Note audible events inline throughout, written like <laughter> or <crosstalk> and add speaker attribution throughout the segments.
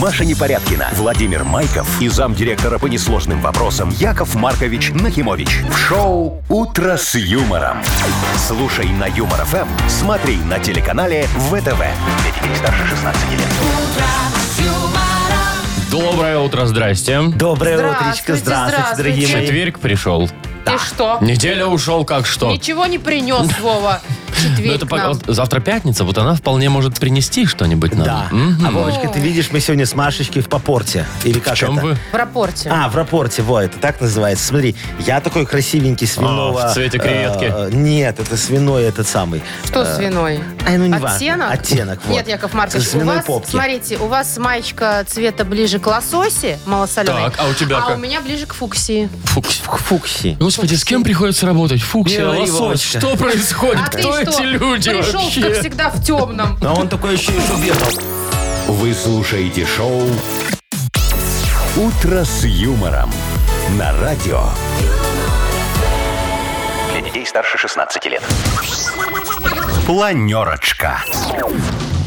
Speaker 1: Маша Непорядкина, Владимир Майков и замдиректора по несложным вопросам Яков Маркович Нахимович. В шоу «Утро с юмором». Слушай на Юмор ФМ, смотри на телеканале ВТВ. Для детей старше 16 лет.
Speaker 2: Доброе утро, здрасте.
Speaker 3: Доброе
Speaker 4: Здравствуйте,
Speaker 3: утречко, здравствуйте,
Speaker 4: здравствуйте.
Speaker 3: дорогие мои.
Speaker 2: Четверг пришел.
Speaker 4: И что?
Speaker 2: Неделя ушел как что.
Speaker 4: Ничего не принес, Вова.
Speaker 2: Ну,
Speaker 4: Четверг
Speaker 2: это
Speaker 4: к
Speaker 2: пока-
Speaker 4: нам.
Speaker 2: вот завтра пятница, вот она вполне может принести что-нибудь нам.
Speaker 3: Да.
Speaker 2: Мгм.
Speaker 3: А Вовочка, ты видишь, мы сегодня с Машечкой в попорте. Или как
Speaker 2: В чем
Speaker 3: это?
Speaker 2: вы?
Speaker 4: В рапорте.
Speaker 3: А, в рапорте, во, это так называется. Смотри, я такой красивенький свиного...
Speaker 2: А, в цвете креветки.
Speaker 3: э, нет, это свиной этот самый.
Speaker 4: Что
Speaker 3: э,
Speaker 4: с виной?
Speaker 3: Ай, ну не
Speaker 4: Оттенок?
Speaker 3: важно. Оттенок, вот.
Speaker 4: Нет, Яков Маркович, у
Speaker 3: Свиной
Speaker 4: вас,
Speaker 3: попки.
Speaker 4: смотрите, у вас маечка цвета ближе к лососе малосолевой,
Speaker 2: Так, а у тебя
Speaker 4: а
Speaker 2: как?
Speaker 4: у меня ближе к фуксии.
Speaker 2: Фукси.
Speaker 3: Фукси.
Speaker 2: Господи, с кем приходится работать? Фуксия,
Speaker 3: Милая
Speaker 2: лосось.
Speaker 3: Вовочка.
Speaker 2: Что происходит?
Speaker 4: <laughs> А ты
Speaker 2: Кто
Speaker 4: что,
Speaker 2: эти люди
Speaker 4: пришел, как
Speaker 2: вообще?
Speaker 4: всегда, в темном?
Speaker 3: А он такой еще и шубехал.
Speaker 1: Вы слушаете шоу «Утро с юмором» на радио. Для детей старше 16 лет. Планерочка.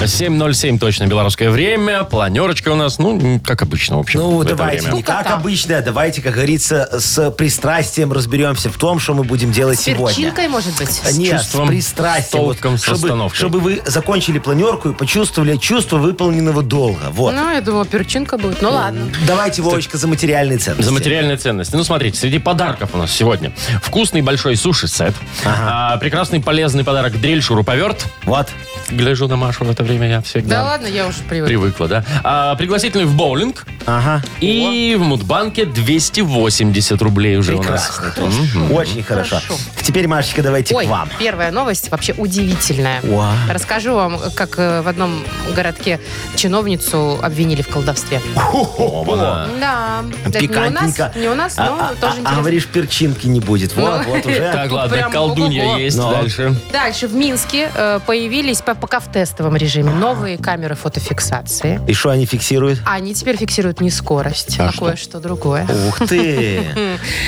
Speaker 2: 7.07 точно белорусское время. Планерочка у нас, ну, как обычно, в общем. в
Speaker 3: Ну,
Speaker 2: это
Speaker 3: давайте,
Speaker 2: время.
Speaker 3: не как обычно, давайте, как говорится, с пристрастием разберемся в том, что мы будем делать
Speaker 4: С
Speaker 3: сегодня. А
Speaker 4: перчинкой, может быть?
Speaker 3: С Нет,
Speaker 2: чувством,
Speaker 3: с пристрастием.
Speaker 2: с толком, с
Speaker 3: чтобы,
Speaker 2: расстановкой.
Speaker 3: чтобы вы закончили планерку и почувствовали чувство выполненного долга. Вот.
Speaker 4: Ну, я думала, перчинка будет. Ну, ладно.
Speaker 3: Давайте, Вовочка, за материальные ценности.
Speaker 2: За материальные ценности. Ну, смотрите, среди подарков у нас сегодня вкусный большой суши-сет, а, прекрасный полезный подарок дрель-шуруповерт.
Speaker 3: Вот.
Speaker 2: Гляжу на Машу в это время, я
Speaker 4: Да,
Speaker 2: всегда
Speaker 4: ладно, я уже привыкла.
Speaker 2: привыкла, да. А, пригласительный в боулинг
Speaker 3: Ага.
Speaker 2: и в Мудбанке 280 рублей уже
Speaker 3: Прекрасно.
Speaker 2: у нас. Мгм.
Speaker 3: Очень хорошо.
Speaker 4: Хорошо.
Speaker 3: Теперь, Машечка, давайте
Speaker 4: Ой,
Speaker 3: к вам.
Speaker 4: первая новость вообще удивительная.
Speaker 3: Уа.
Speaker 4: Расскажу вам, как э, в одном городке чиновницу обвинили в колдовстве.
Speaker 3: Опа.
Speaker 4: Да. Это не у нас,
Speaker 3: Пикантненько.
Speaker 4: не у нас, но
Speaker 3: А- а-
Speaker 4: тоже
Speaker 3: а
Speaker 4: интересно.
Speaker 3: говоришь, перчинки не будет. Вот,
Speaker 4: Ну.
Speaker 3: вот уже.
Speaker 2: Так, ладно,
Speaker 4: прям
Speaker 2: колдунья
Speaker 4: ого-го.
Speaker 2: есть
Speaker 3: Ну.
Speaker 2: дальше.
Speaker 4: Дальше в Минске э, появились по- пока в тестовом режиме
Speaker 3: А.
Speaker 4: новые камеры фотофиксации.
Speaker 3: И что они фиксируют?
Speaker 4: Они теперь фиксируют не скорость, а, кое-что другое.
Speaker 3: Ух
Speaker 4: <laughs>
Speaker 3: ты!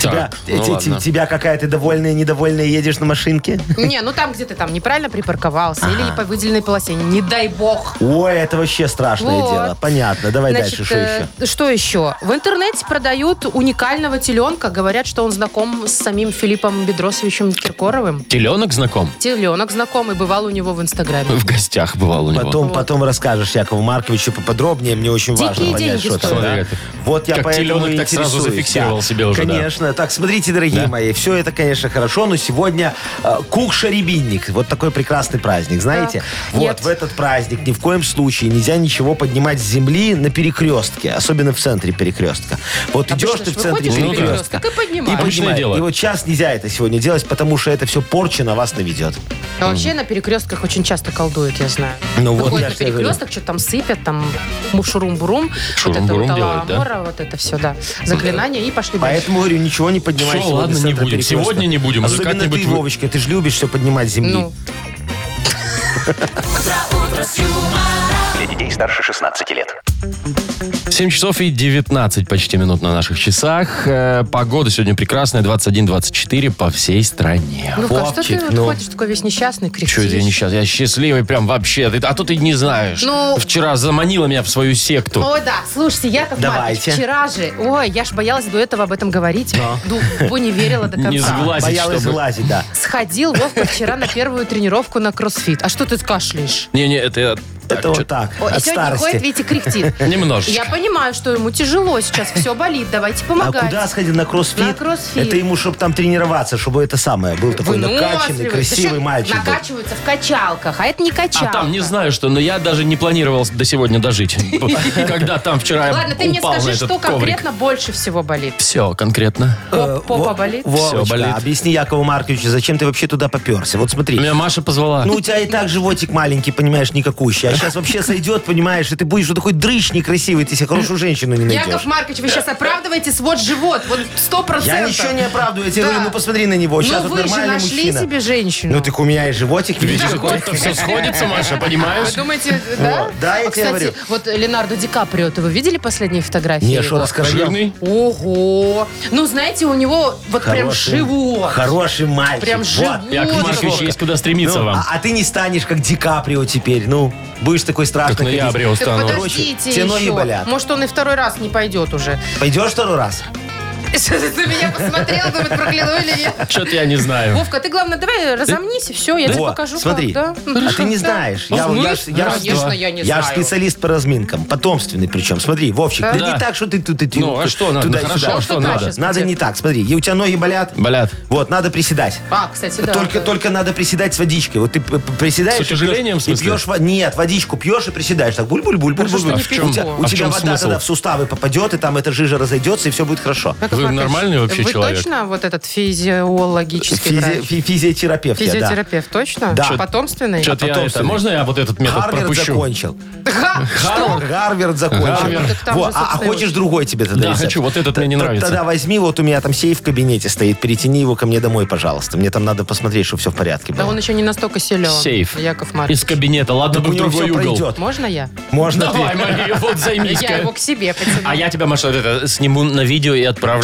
Speaker 3: Тебя,
Speaker 2: Так, ну
Speaker 3: те- те-
Speaker 2: ладно.
Speaker 3: тебя какая ты довольная, недовольная едешь на машинке?
Speaker 4: Не, ну там, где ты там неправильно припарковался или по выделенной полосе. Не дай бог.
Speaker 3: Ой, это вообще страшное
Speaker 4: Вот.
Speaker 3: дело. Понятно. Давай
Speaker 4: Значит,
Speaker 3: дальше, что еще?
Speaker 4: э, что еще? В интернете продают уникального теленка. Говорят, что он знаком с самим Филиппом Бедросовичем Киркоровым.
Speaker 2: Теленок знаком?
Speaker 4: Теленок знакомый, бывал у него в Инстаграме.
Speaker 3: <laughs>
Speaker 2: В гостях бывал у него.
Speaker 3: Потом, потом расскажешь Якову Марковичу поподробнее. Мне очень
Speaker 4: Дикие
Speaker 3: важно понять,
Speaker 4: деньги
Speaker 3: что там.
Speaker 4: стоят.
Speaker 3: да.
Speaker 2: Смотри,
Speaker 3: Вот я
Speaker 2: как
Speaker 3: поэтому
Speaker 2: теленок
Speaker 3: и
Speaker 2: так сразу
Speaker 3: интересуюсь,
Speaker 2: зафиксировал
Speaker 3: да.
Speaker 2: себе уже, да.
Speaker 3: Конечно. Так, смотрите, дорогие
Speaker 2: Да.
Speaker 3: мои, все это, конечно, хорошо, но сегодня э, кукша-рябинник. Вот такой прекрасный праздник, знаете?
Speaker 4: Так,
Speaker 3: вот,
Speaker 4: нет.
Speaker 3: в этот праздник ни в коем случае нельзя ничего поднимать с земли на перекрестке, особенно в центре перекрестка. Вот
Speaker 4: Обычно
Speaker 3: идешь ты
Speaker 4: А ж
Speaker 3: в центре
Speaker 4: выходишь на
Speaker 3: перекрестка.
Speaker 4: перекресток и поднимаешь.
Speaker 2: Обычное
Speaker 3: поднимаешь.
Speaker 2: дело.
Speaker 3: И вот сейчас нельзя это сегодня делать, потому что это все порча на вас наведет.
Speaker 4: А вообще на перекрестках очень часто колдуют, я знаю.
Speaker 3: Ну вот,
Speaker 4: Выходят
Speaker 3: я
Speaker 4: на
Speaker 3: ж тебе говорю.
Speaker 4: перекресток, что-то там сыпят, там шурум-бурум.
Speaker 2: Шурум-бурум
Speaker 4: вот это
Speaker 2: делают,
Speaker 4: вот
Speaker 2: да?
Speaker 4: аламора, вот это все, да. Заклинания и
Speaker 3: А
Speaker 4: пошли дальше.
Speaker 3: Поэтому, говорю, ничего не поднимай.
Speaker 2: Всё,
Speaker 3: сегодня
Speaker 2: ладно,
Speaker 3: с
Speaker 2: не
Speaker 3: центра
Speaker 2: будем.
Speaker 3: перекрестка.
Speaker 2: Сегодня не будем, а
Speaker 3: Особенно
Speaker 2: как-нибудь
Speaker 3: ты,
Speaker 2: вы-
Speaker 3: Вовочка, ты же любишь все поднимать с земли.
Speaker 4: Ну,
Speaker 1: Для детей старше 16 лет.
Speaker 2: 7 часов и 19 почти минут на наших часах. Э, Погода сегодня прекрасная, 21-24 по всей стране.
Speaker 4: ну Вовка, что ты
Speaker 3: Вовчик,
Speaker 4: вот
Speaker 3: ну.
Speaker 4: ходишь такой весь несчастный, кричишь?
Speaker 2: Что это я несчастный? Я счастливый прям вообще. Ты- А то ты не знаешь.
Speaker 4: Ну.
Speaker 2: Вчера заманила меня в свою
Speaker 3: Ну.
Speaker 2: секту.
Speaker 4: О, да, слушайте, Яков Маркович,
Speaker 3: Давайте.
Speaker 4: вчера же, ой, я ж боялась до этого об этом говорить. Дубу не
Speaker 3: <laughs>
Speaker 4: верила до конца.
Speaker 2: Не сглазить,
Speaker 3: Боялась
Speaker 2: чтобы...
Speaker 3: глазить, да.
Speaker 4: Сходил Вовка вчера на первую тренировку на кроссфит. А что ты кашляешь?
Speaker 2: Не-не, это... я так,
Speaker 3: Это вот
Speaker 2: чё-то
Speaker 3: так,
Speaker 4: Ой,
Speaker 3: от
Speaker 4: сегодня ходит,
Speaker 3: старости.
Speaker 4: видите,
Speaker 3: <laughs>
Speaker 4: кряхтит.
Speaker 2: Немножечко.
Speaker 4: Я понимаю, что ему тяжело сейчас, все болит, давайте
Speaker 3: А
Speaker 4: помогать.
Speaker 3: куда сходил? На кроссфит?
Speaker 4: На кроссфит.
Speaker 3: Это ему, чтобы там тренироваться, чтобы это самое. Был такой накачанный,
Speaker 4: Выносливый.
Speaker 3: красивый
Speaker 4: Слушай,
Speaker 3: мальчик. был.
Speaker 4: Накачиваются в качалках, а это не качалка.
Speaker 2: А там не знаю что, но я даже не планировал до сегодня дожить. Когда там вчера я
Speaker 4: Ладно, ты мне
Speaker 2: упал на
Speaker 4: скажи,
Speaker 2: этот
Speaker 4: что
Speaker 2: коврик.
Speaker 4: конкретно больше всего болит.
Speaker 2: Все, конкретно.
Speaker 3: Э,
Speaker 4: Поп- Попа
Speaker 3: Во-
Speaker 4: болит?
Speaker 3: Вовочка,
Speaker 2: Всё болит.
Speaker 3: объясни Якову Марковичу, зачем ты вообще туда поперся? Вот смотри.
Speaker 2: Меня Маша позвала.
Speaker 3: Ну, у тебя и так животик маленький, понимаешь, никакущий. А сейчас вообще сойдет, понимаешь, и ты будешь вот такой дрыщ некрасивый, ты себе хорошую женщину не найдешь.
Speaker 4: Яков Маркович, вы сейчас оправдываете свод живот, вот сто процентов.
Speaker 3: Я ничего не оправдываю, я тебе
Speaker 4: Да.
Speaker 3: говорю, ну посмотри на него. Сейчас
Speaker 4: Ну
Speaker 3: вот
Speaker 4: вы же
Speaker 3: нормальный
Speaker 4: нашли
Speaker 3: мужчина.
Speaker 4: себе женщину.
Speaker 3: Ну так у меня и животик,
Speaker 2: <laughs>
Speaker 3: видишь,
Speaker 2: Видишь,
Speaker 3: какой.
Speaker 2: как-то все сходится, Маша,
Speaker 4: Вы
Speaker 2: понимаешь?
Speaker 4: <laughs> думаете, да?
Speaker 3: Вот, да, я тебе
Speaker 4: А, Кстати,
Speaker 3: говорю.
Speaker 4: вот Леонардо Ди Каприо, это вы видели последние фотографии?
Speaker 3: Не,
Speaker 4: его?
Speaker 3: что раскоролел.
Speaker 2: Жирный?
Speaker 4: Ого! Ну, знаете, у него вот прям живот.
Speaker 3: Хороший мальчик.
Speaker 4: Прям
Speaker 3: Ну, Вот.
Speaker 4: живот.
Speaker 2: Яков
Speaker 4: Вот,
Speaker 2: Маркович,
Speaker 4: Вовка.
Speaker 2: есть куда стремиться
Speaker 3: Ну,
Speaker 2: вам.
Speaker 3: а, а ты не станешь, как Ди Каприо теперь. Ну, будешь такой страшный.
Speaker 2: Как на
Speaker 3: ходить.
Speaker 2: ябре
Speaker 4: Так
Speaker 2: устану.
Speaker 4: подождите
Speaker 3: Короче, те ноги
Speaker 4: еще.
Speaker 3: болят.
Speaker 4: Может, что он и второй раз не пойдет уже. <laughs>
Speaker 3: Пойдешь второй раз?
Speaker 4: Что ты на меня посмотрел, думает, прокляну или нет.
Speaker 2: Что-то я не знаю.
Speaker 4: Вовка, ты, главное, давай разомнись, и все, я тебе
Speaker 3: Во,
Speaker 4: покажу. как,
Speaker 3: смотри,
Speaker 4: да?
Speaker 3: а ты не
Speaker 4: Да.
Speaker 3: знаешь.
Speaker 2: Ну,
Speaker 3: Я,
Speaker 2: ну,
Speaker 3: я ж- я ж-
Speaker 4: конечно, я не
Speaker 3: я ж
Speaker 4: знаю.
Speaker 3: специалист по разминкам, потомственный причем. Смотри, Вовчик, да,
Speaker 2: Да.
Speaker 3: не так, что ты тут и
Speaker 2: Ну, а что надо? Ну, хорошо, а что
Speaker 4: Что-то
Speaker 2: надо?
Speaker 4: сейчас
Speaker 3: Надо
Speaker 4: будет.
Speaker 3: не так, смотри, и у тебя ноги болят?
Speaker 2: Болят.
Speaker 3: Вот, надо приседать.
Speaker 4: А, кстати, да.
Speaker 3: только,
Speaker 4: да.
Speaker 3: только надо приседать с водичкой. Вот ты п- п- приседаешь...
Speaker 2: С утяжелением,
Speaker 3: и
Speaker 2: в
Speaker 3: пьешь- и
Speaker 2: смысле?
Speaker 3: пьешь во- Нет, водичку пьешь и приседаешь. Так буль-буль-буль-буль.
Speaker 4: Хорошо, что не
Speaker 3: буль-буль.
Speaker 4: пивко.
Speaker 3: У тебя,
Speaker 4: А
Speaker 3: у
Speaker 2: в
Speaker 3: тебя
Speaker 2: чем
Speaker 3: вода
Speaker 2: смысл?
Speaker 3: тогда в суставы попадет, и там эта жижа разойдется, и все будет хорошо.
Speaker 4: Яков
Speaker 2: Вы
Speaker 4: Маркович,
Speaker 2: нормальный вообще
Speaker 4: вы
Speaker 2: человек?
Speaker 4: точно вот этот физиологический
Speaker 3: Физи-
Speaker 4: врач?
Speaker 3: фи- Физиотерапевт. я, да.
Speaker 4: Физиотерапевт, точно?
Speaker 3: Да.
Speaker 4: Чё- Потомственный?
Speaker 2: Что-то я это...
Speaker 3: потомственный.
Speaker 2: Можно я вот этот метод
Speaker 3: Гарвард
Speaker 2: пропущу?
Speaker 3: закончил.
Speaker 4: Ха!
Speaker 2: Что?
Speaker 3: Гарвард закончил.
Speaker 2: Гарвард.
Speaker 4: Так там
Speaker 3: Во,
Speaker 4: же,
Speaker 3: а, а
Speaker 4: собственно,
Speaker 3: хочешь
Speaker 4: и-
Speaker 3: другой тебе тогда
Speaker 2: Да,
Speaker 3: рецепт?
Speaker 2: хочу, вот этот мне не
Speaker 3: Т-
Speaker 2: нравится.
Speaker 3: Тогда возьми, вот у меня там сейф в кабинете стоит, перетяни его ко мне домой, пожалуйста. Мне там надо посмотреть, что все в порядке
Speaker 4: Да
Speaker 3: было.
Speaker 4: он еще не настолько силен.
Speaker 2: Сейф.
Speaker 4: Яков
Speaker 2: Из
Speaker 4: Маркович.
Speaker 2: кабинета. Ладно,
Speaker 3: Так
Speaker 2: бы
Speaker 3: у
Speaker 2: в
Speaker 3: него
Speaker 2: другой
Speaker 3: все
Speaker 2: угол.
Speaker 3: пройдет.
Speaker 4: Можно я?
Speaker 3: Можно ты?
Speaker 2: Давай, Мария, вот
Speaker 4: Я
Speaker 2: займись-ка.
Speaker 4: его к себе потяну.
Speaker 2: А я тебя, Маша, вот это, сниму на видео и отправлю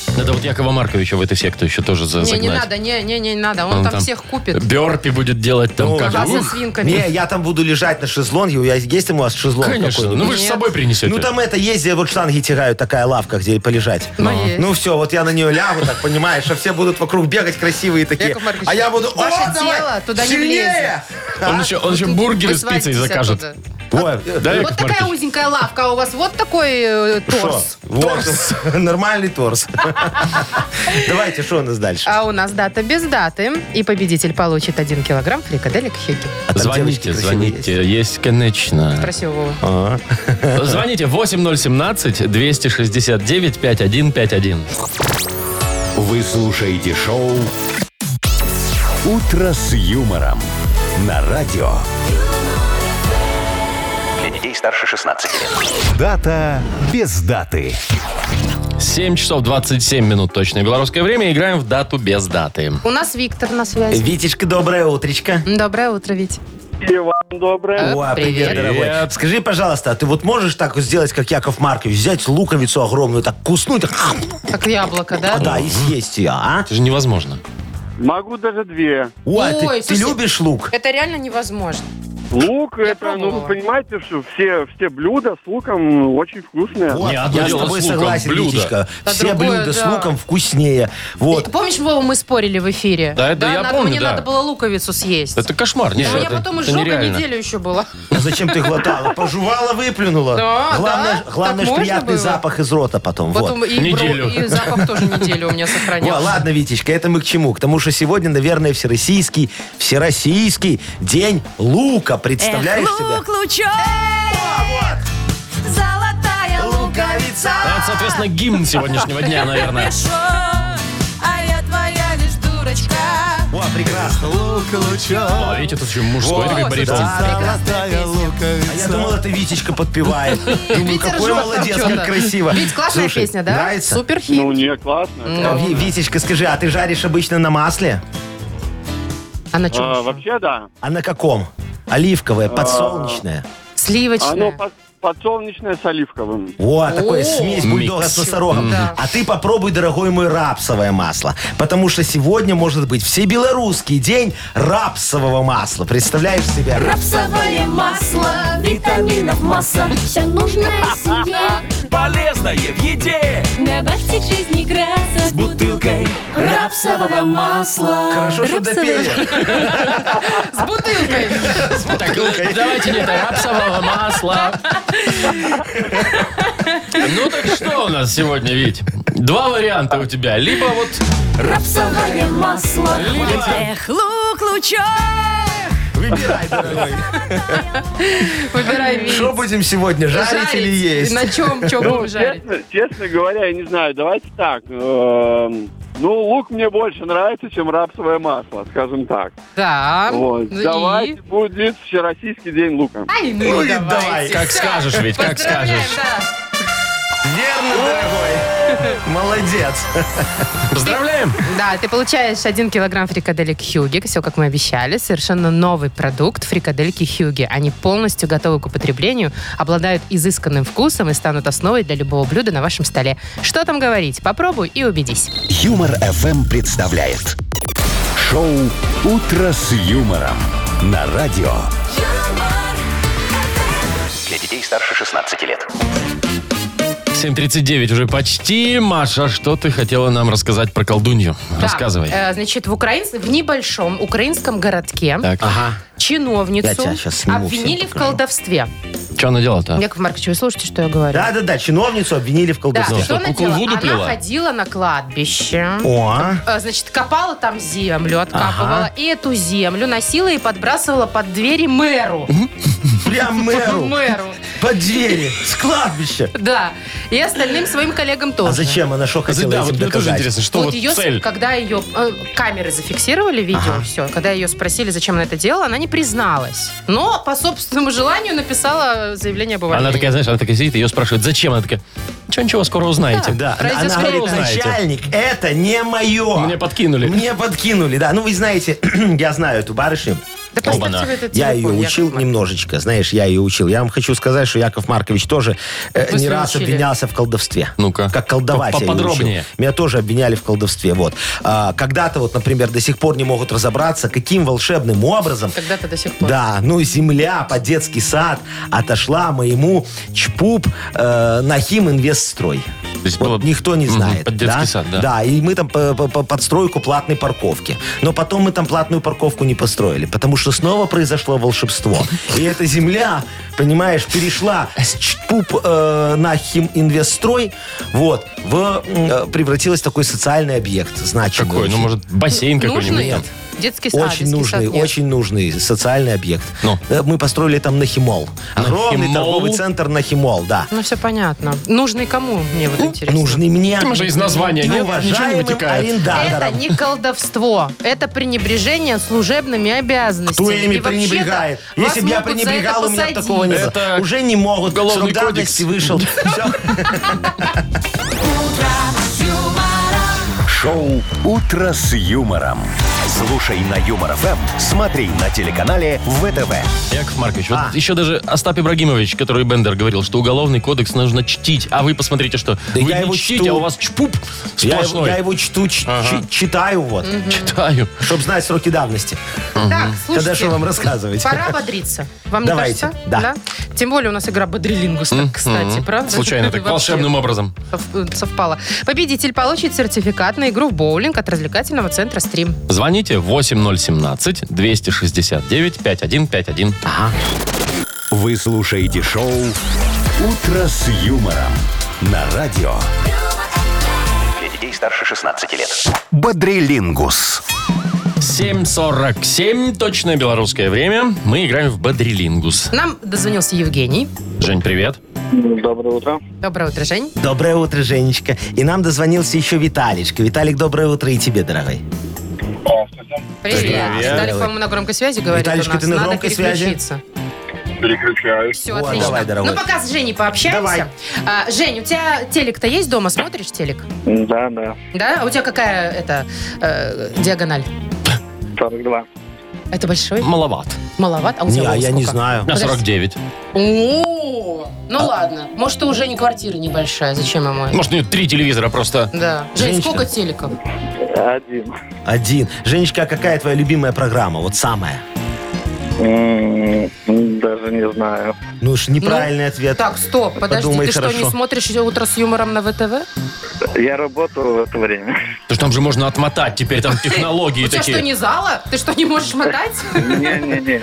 Speaker 2: Надо вот Якова Марковича в эту секту еще тоже за-
Speaker 4: Не,
Speaker 2: загнать.
Speaker 4: не надо, не, не, не надо. Он там всех купит.
Speaker 2: Бёрпи будет делать там
Speaker 3: Ну,
Speaker 2: как.
Speaker 4: Ага, со
Speaker 2: Ух,
Speaker 4: свинками.
Speaker 3: Не, я там буду лежать на шезлонге. У меня есть там у вас шезлонг
Speaker 2: конечно.
Speaker 3: такой?
Speaker 2: Ну вы же с
Speaker 4: Нет.
Speaker 2: собой принесете.
Speaker 3: Ну там это есть, где вот штанги тягают, такая лавка, где полежать.
Speaker 4: Ну, есть.
Speaker 3: Ну все, вот я на нее лягу, так понимаешь, а все будут вокруг бегать красивые такие.
Speaker 4: Яков Маркович,
Speaker 3: А я буду...
Speaker 4: ваше
Speaker 3: «О, давай,
Speaker 4: тело туда не
Speaker 3: сильнее!» А?
Speaker 2: он еще, он еще
Speaker 4: Ну, Тут
Speaker 2: бургеры
Speaker 4: вы
Speaker 2: с пиццей
Speaker 4: свалитесь
Speaker 2: закажет.
Speaker 4: оттуда.
Speaker 3: Ой,
Speaker 2: Да, Яков
Speaker 4: Вот такая
Speaker 2: Маркович?
Speaker 4: узенькая лавка, а у вас вот такой э, торс.
Speaker 3: Шо? Вот. <laughs> Нормальный торс. <laughs> Давайте, что у нас дальше?
Speaker 4: А у нас дата без даты. И победитель получит 1 килограмм фрикаделек хеки.
Speaker 3: А там девочки
Speaker 2: Звоните,
Speaker 3: красивые
Speaker 2: звоните.
Speaker 3: есть.
Speaker 2: Есть, конечно.
Speaker 4: Спроси у Вовы.
Speaker 2: А. Звоните 8017-269-5151.
Speaker 1: Вы слушаете шоу «Утро с юмором» на радио. Для детей старше 16 лет. Дата без даты.
Speaker 2: 7 часов 27 минут точное белорусское время. Играем в дату без даты.
Speaker 4: У нас Виктор на
Speaker 2: Э,
Speaker 4: связи.
Speaker 3: Витечка, доброе утречко.
Speaker 4: Доброе утро, Вить.
Speaker 5: И вам доброе.
Speaker 3: О, привет,
Speaker 4: привет.
Speaker 3: дорогой.
Speaker 2: Привет.
Speaker 3: Скажи, пожалуйста, а ты вот можешь так вот сделать, как Яков Маркович, взять луковицу огромную, так куснуть, так,
Speaker 4: Как яблоко,
Speaker 3: а,
Speaker 4: да?
Speaker 3: да, и съесть ее, а?
Speaker 2: Это же невозможно.
Speaker 5: Могу даже две.
Speaker 3: О,
Speaker 4: Ой,
Speaker 3: ты, ты
Speaker 4: слушай. э,
Speaker 3: любишь лук?
Speaker 4: Это реально невозможно.
Speaker 5: Лук
Speaker 4: Я
Speaker 5: это, ну
Speaker 4: пробовала.
Speaker 5: вы понимаете, что все, все блюда с луком очень вкусные.
Speaker 2: Не,
Speaker 4: а
Speaker 2: одно
Speaker 3: я с
Speaker 2: дело
Speaker 3: тобой
Speaker 2: с луком,
Speaker 3: согласен,
Speaker 2: блюдо.
Speaker 3: Витечка.
Speaker 4: Да,
Speaker 3: Все
Speaker 4: другое,
Speaker 3: блюда с
Speaker 4: да.
Speaker 3: луком вкуснее. Вот.
Speaker 4: Помнишь, Вова, мы спорили в эфире?
Speaker 2: Да, это я
Speaker 4: надо-
Speaker 2: помню,
Speaker 4: Мне
Speaker 2: да.
Speaker 4: надо было луковицу съесть.
Speaker 2: Это кошмар. Не,
Speaker 4: А у меня
Speaker 2: это-
Speaker 4: потом
Speaker 2: это
Speaker 4: изжога
Speaker 2: нереально.
Speaker 4: неделю еще была.
Speaker 3: А Зачем ты глотала? Пожевала, выплюнула.
Speaker 4: Да,
Speaker 3: главное,
Speaker 4: да.
Speaker 3: главное
Speaker 4: Так
Speaker 3: ж
Speaker 4: можно
Speaker 3: приятный
Speaker 4: было?
Speaker 3: запах из рота потом. вот.
Speaker 4: Потом и, бро-
Speaker 2: Неделю.
Speaker 4: и запах тоже неделю у меня
Speaker 3: Во,
Speaker 4: сохранялся.
Speaker 3: ладно, Витечка, это мы к чему? К тому, что сегодня, наверное, всероссийский, всероссийский день лука. Представляешь себя?
Speaker 6: Э, Лук лучок,
Speaker 7: Э,
Speaker 6: золотая
Speaker 3: Луковица!
Speaker 2: А Это, соответственно, гимн сегодняшнего дня, наверное.
Speaker 6: лукомешок, а я твоя лишь дурочка.
Speaker 3: О, прекрасно. Лук,
Speaker 2: А видите, тут еще мужской такой
Speaker 4: да.
Speaker 2: баритон.
Speaker 7: Золотая
Speaker 3: А я
Speaker 7: луковица.
Speaker 3: думал, это Витечка подпевает. Думаю,
Speaker 4: <laughs> Витя
Speaker 3: какой
Speaker 4: ржет там
Speaker 3: молодец,
Speaker 4: чё-то.
Speaker 3: как красиво.
Speaker 4: Ведь классная
Speaker 3: Слушай,
Speaker 4: песня, да?
Speaker 3: Нравится?
Speaker 4: Супер хит.
Speaker 5: Ну не, классно.
Speaker 3: А, Ви- Витечка, скажи, а ты жаришь обычно на масле?
Speaker 4: А на чем?
Speaker 5: А, вообще да.
Speaker 3: А на каком? Оливковое, подсолнечное.
Speaker 4: Сливочная.
Speaker 5: Оно под- подсолнечное с оливковым.
Speaker 3: О, такое
Speaker 4: О,
Speaker 3: смесь бульдога
Speaker 2: микс.
Speaker 3: с носорогом.
Speaker 4: Да.
Speaker 3: А ты попробуй, дорогой мой, рапсовое масло. Потому что сегодня может быть всебелорусский день рапсового масла. Представляешь себе?
Speaker 6: Рапсовое масло, витаминов масса, все нужное себе.
Speaker 7: <laughs> Полезное в еде.
Speaker 6: Добавьте к жизни краса с бутылкой рапсового масла.
Speaker 3: Хорошо, что допели.
Speaker 4: С бутылкой.
Speaker 2: Так, Ну, давайте не это, рапсового масла. Ну так что у нас сегодня, Вить? Два варианта у тебя. Либо вот...
Speaker 6: Рапсовое масло.
Speaker 2: Либо-
Speaker 6: Эх, лук лучок.
Speaker 3: Выбирай, дорогой.
Speaker 4: Выбирай вид.
Speaker 3: Что будем сегодня, жарить или есть?
Speaker 4: На чем,
Speaker 5: Ну,
Speaker 4: чем будем жарить?
Speaker 5: Честно, честно говоря, я не знаю. Давайте так. эм, Ну, лук мне больше нравится, чем рапсовое масло, скажем так.
Speaker 4: Да.
Speaker 5: Вот.
Speaker 4: Ну и-
Speaker 5: Давайте будет всероссийский день лука.
Speaker 4: Ай, ну,
Speaker 3: Ну
Speaker 4: и
Speaker 3: и давай,
Speaker 4: давайте.
Speaker 2: Как
Speaker 4: Всё.
Speaker 2: скажешь, Вить, как
Speaker 4: Поздравляем,
Speaker 2: скажешь.
Speaker 4: да.
Speaker 3: Верно, дорогой. Молодец.
Speaker 2: Поздравляем!
Speaker 4: Да, ты получаешь 1 килограмм фрикаделек Хьюги. Все, как мы обещали. Совершенно новый продукт фрикадельки Хьюги. Они полностью готовы к употреблению, обладают изысканным вкусом и станут основой для любого блюда на вашем столе. Что там говорить? Попробуй и убедись.
Speaker 1: Юмор FM представляет шоу Утро с юмором на радио.
Speaker 6: юмор,
Speaker 8: Для детей старше 16 лет.
Speaker 2: 7.39 уже почти. Маша, что ты хотела нам рассказать про колдунью?
Speaker 4: Да,
Speaker 2: Рассказывай.
Speaker 4: э, значит, в, украинс- в небольшом украинском городке
Speaker 2: Так,
Speaker 3: Ага. Я
Speaker 4: чиновницу
Speaker 3: тебя щас сниму,
Speaker 4: обвинили
Speaker 3: всем
Speaker 4: в
Speaker 3: покажу.
Speaker 4: колдовстве.
Speaker 2: что она делала-то?
Speaker 4: Яков Маркович, вы слушаете, что я говорю?
Speaker 3: Да-да-да, чиновницу обвинили в
Speaker 4: Да,
Speaker 3: колдовстве.
Speaker 4: что
Speaker 2: что,
Speaker 4: она
Speaker 2: куклу
Speaker 4: делала?
Speaker 2: Вуду
Speaker 4: Она
Speaker 2: плела?
Speaker 4: ходила на кладбище.
Speaker 3: О,
Speaker 4: Э, Значит, копала там землю, откапывала. И эту землю носила и подбрасывала под двери мэру.
Speaker 3: прям
Speaker 4: <laughs>
Speaker 3: мэру.
Speaker 4: Мэру.
Speaker 3: Под двери. С кладбища.
Speaker 4: Да. И остальным своим коллегам тоже.
Speaker 3: А зачем она что хотела
Speaker 2: да,
Speaker 3: этим
Speaker 2: вот мне тоже
Speaker 3: доказать?
Speaker 2: интересно, что вот,
Speaker 4: Вот ее,
Speaker 2: цель?
Speaker 4: когда ее э, камеры зафиксировали видео, все, когда ее спросили, зачем она это делала, она не призналась. Но по собственному желанию написала заявление об увольнении.
Speaker 2: Она такая, знаешь, она такая сидит, ее спрашивают, зачем? Она такая, ничего-ничего, скоро узнаете.
Speaker 3: Да, она,
Speaker 4: Произошло.
Speaker 3: она говорит,
Speaker 2: Узнаете.
Speaker 3: начальник, это не мое.
Speaker 2: Мне подкинули.
Speaker 3: Мне подкинули, да. Ну, вы знаете, <clears throat> я знаю эту барышню.
Speaker 4: Да поставьте
Speaker 2: Оба-на.
Speaker 4: вы этот
Speaker 3: Я ее
Speaker 4: телефон, Яков
Speaker 3: учил
Speaker 4: Маркович.
Speaker 3: немножечко, знаешь, я ее учил. Я вам хочу сказать, что Яков Маркович тоже э,
Speaker 4: Вы
Speaker 3: не
Speaker 4: себя
Speaker 3: раз
Speaker 4: учили?
Speaker 3: обвинялся в колдовстве.
Speaker 2: Ну-ка.
Speaker 3: Как колдовать. я ее
Speaker 2: Поподробнее.
Speaker 3: учил. Меня тоже обвиняли в колдовстве. Вот. А, когда-то, вот, например, до сих пор не могут разобраться, каким волшебным образом
Speaker 4: Когда-то до сих пор.
Speaker 3: да, ну земля под детский сад отошла моему ЧПУП э, Нахим Инвестстрой.
Speaker 2: То есть
Speaker 3: Вот
Speaker 2: было-
Speaker 3: никто не
Speaker 2: Мгм,
Speaker 3: знает.
Speaker 2: под детский
Speaker 3: да?
Speaker 2: сад, да.
Speaker 3: Да, и мы там по- по- по- подстройку платной парковки. Но потом мы там платную парковку не построили, потому что снова произошло волшебство. И эта земля, понимаешь, перешла с ЧПУП э, Нахим Инвестстрой, вот, в, м, э, превратилась в такой социальный объект. Значит,
Speaker 2: Какой? Ну, может, бассейн какой-нибудь?
Speaker 4: Нужный?
Speaker 2: там?
Speaker 4: Детский сад.
Speaker 3: очень
Speaker 4: детский
Speaker 3: нужный,
Speaker 4: сад нет.
Speaker 3: очень нужный социальный объект.
Speaker 2: Ну.
Speaker 3: Э, Мы построили там Нахимол. Огромный
Speaker 2: Нахимол?
Speaker 3: торговый центр Нахимол, да.
Speaker 4: Ну, все понятно. Нужный кому, мне
Speaker 2: Ну,
Speaker 4: вот интересно.
Speaker 3: Нужный мне.
Speaker 2: Там же из названия
Speaker 3: и
Speaker 2: нет, ничего не
Speaker 3: уважаемым
Speaker 2: вытекает.
Speaker 3: арендаторам.
Speaker 4: Это не колдовство. Это пренебрежение служебными обязанностями.
Speaker 3: Кто ими
Speaker 4: И вообще-то
Speaker 3: пренебрегает?
Speaker 4: вас
Speaker 3: Если бы я
Speaker 4: могут за
Speaker 3: пренебрегал,
Speaker 4: это
Speaker 3: у меня бы
Speaker 4: посадить.
Speaker 3: такого не
Speaker 2: Это
Speaker 3: было. Уже не могут.
Speaker 2: уголовный
Speaker 3: Срок давности
Speaker 2: кодекс. <laughs>
Speaker 3: вышел. Всё.
Speaker 1: Шоу Утро с юмором. Слушай на Юмор ФМ, смотри на телеканале ВТВ.
Speaker 2: Яков Маркович, вот
Speaker 3: А.
Speaker 2: еще даже Остап Ибрагимович, который Бендер говорил, что уголовный кодекс нужно чтить, а вы посмотрите, что вы
Speaker 3: я
Speaker 2: не
Speaker 3: его
Speaker 2: чтите, а
Speaker 3: чту.
Speaker 2: у вас чпуп
Speaker 3: Я его-
Speaker 2: сплошной.
Speaker 3: я его чту, ч-
Speaker 2: Ага.
Speaker 3: ч- читаю вот.
Speaker 2: читаю.
Speaker 3: Чтобы знать сроки давности.
Speaker 4: Так, слушайте.
Speaker 3: Тогда что вам рассказывать?
Speaker 4: Пора бодриться. Вам
Speaker 3: Давайте,
Speaker 4: не кажется?
Speaker 3: да.
Speaker 4: Тем более у нас игра Бодрилингус, так, кстати,
Speaker 2: М,
Speaker 4: правда?
Speaker 2: Случайно так,
Speaker 4: Вообще
Speaker 2: волшебным образом.
Speaker 4: сов- совпало. Победитель получит сертификат на игру в боулинг от развлекательного центра «Стрим».
Speaker 2: Звоните 8017-269-5151.
Speaker 1: Вы слушаете шоу Утро с юмором на радио
Speaker 8: Для детей старше 16 лет.
Speaker 1: Бодрилингус.
Speaker 2: 7.47, точное белорусское время. Мы играем в Бодрилингус.
Speaker 4: Нам дозвонился Евгений.
Speaker 2: Жень, привет.
Speaker 5: Доброе утро.
Speaker 4: Доброе утро, Жень.
Speaker 3: Доброе утро, Женечка. И нам дозвонился еще Виталичка. Виталик, доброе утро и тебе, дорогой.
Speaker 4: Привет.
Speaker 2: Привет.
Speaker 4: Виталик, по-моему, на громкой связи говорит
Speaker 3: Виталичка,
Speaker 4: у нас.
Speaker 3: ты на
Speaker 4: Надо
Speaker 3: громкой связи?
Speaker 4: переключиться.
Speaker 5: Переключаюсь.
Speaker 4: Все,
Speaker 3: О,
Speaker 4: отлично.
Speaker 3: давай, дорогой.
Speaker 4: Ну, пока с Женей пообщаемся.
Speaker 3: Давай.
Speaker 4: А, Жень, у тебя телек-то есть дома? Смотришь телек?
Speaker 5: Да, да.
Speaker 4: Да? А у тебя какая это э, диагональ?
Speaker 5: 42.
Speaker 4: Это большой?
Speaker 2: Маловат.
Speaker 4: Маловат? А у
Speaker 3: Не,
Speaker 4: тебя
Speaker 3: а
Speaker 4: вон
Speaker 3: я не
Speaker 4: сколько?
Speaker 3: знаю. А-
Speaker 2: На
Speaker 4: Подожди.
Speaker 2: 49.
Speaker 4: О, ну ладно. Может, и уже не квартира небольшая. Зачем ему это?
Speaker 2: Может, у нее три телевизора просто.
Speaker 4: Да. Жень,
Speaker 3: Ну, Женщина.
Speaker 4: сколько телеков?
Speaker 5: Один.
Speaker 3: Один. Женечка, а какая твоя любимая программа? Вот самая.
Speaker 5: М, Даже не знаю.
Speaker 3: Ну уж неправильный ответ.
Speaker 4: Так, стоп, подожди,
Speaker 3: Подумай
Speaker 4: ты что,
Speaker 3: хорошо.
Speaker 4: не смотришь «Утро с юмором» на ВТВ?
Speaker 5: Я работал в это время.
Speaker 2: Потому что там же можно отмотать теперь, там технологии
Speaker 4: <laughs> У тебя что,
Speaker 2: такие.
Speaker 4: не зала? Ты что, не можешь мотать?
Speaker 5: Не-не-не,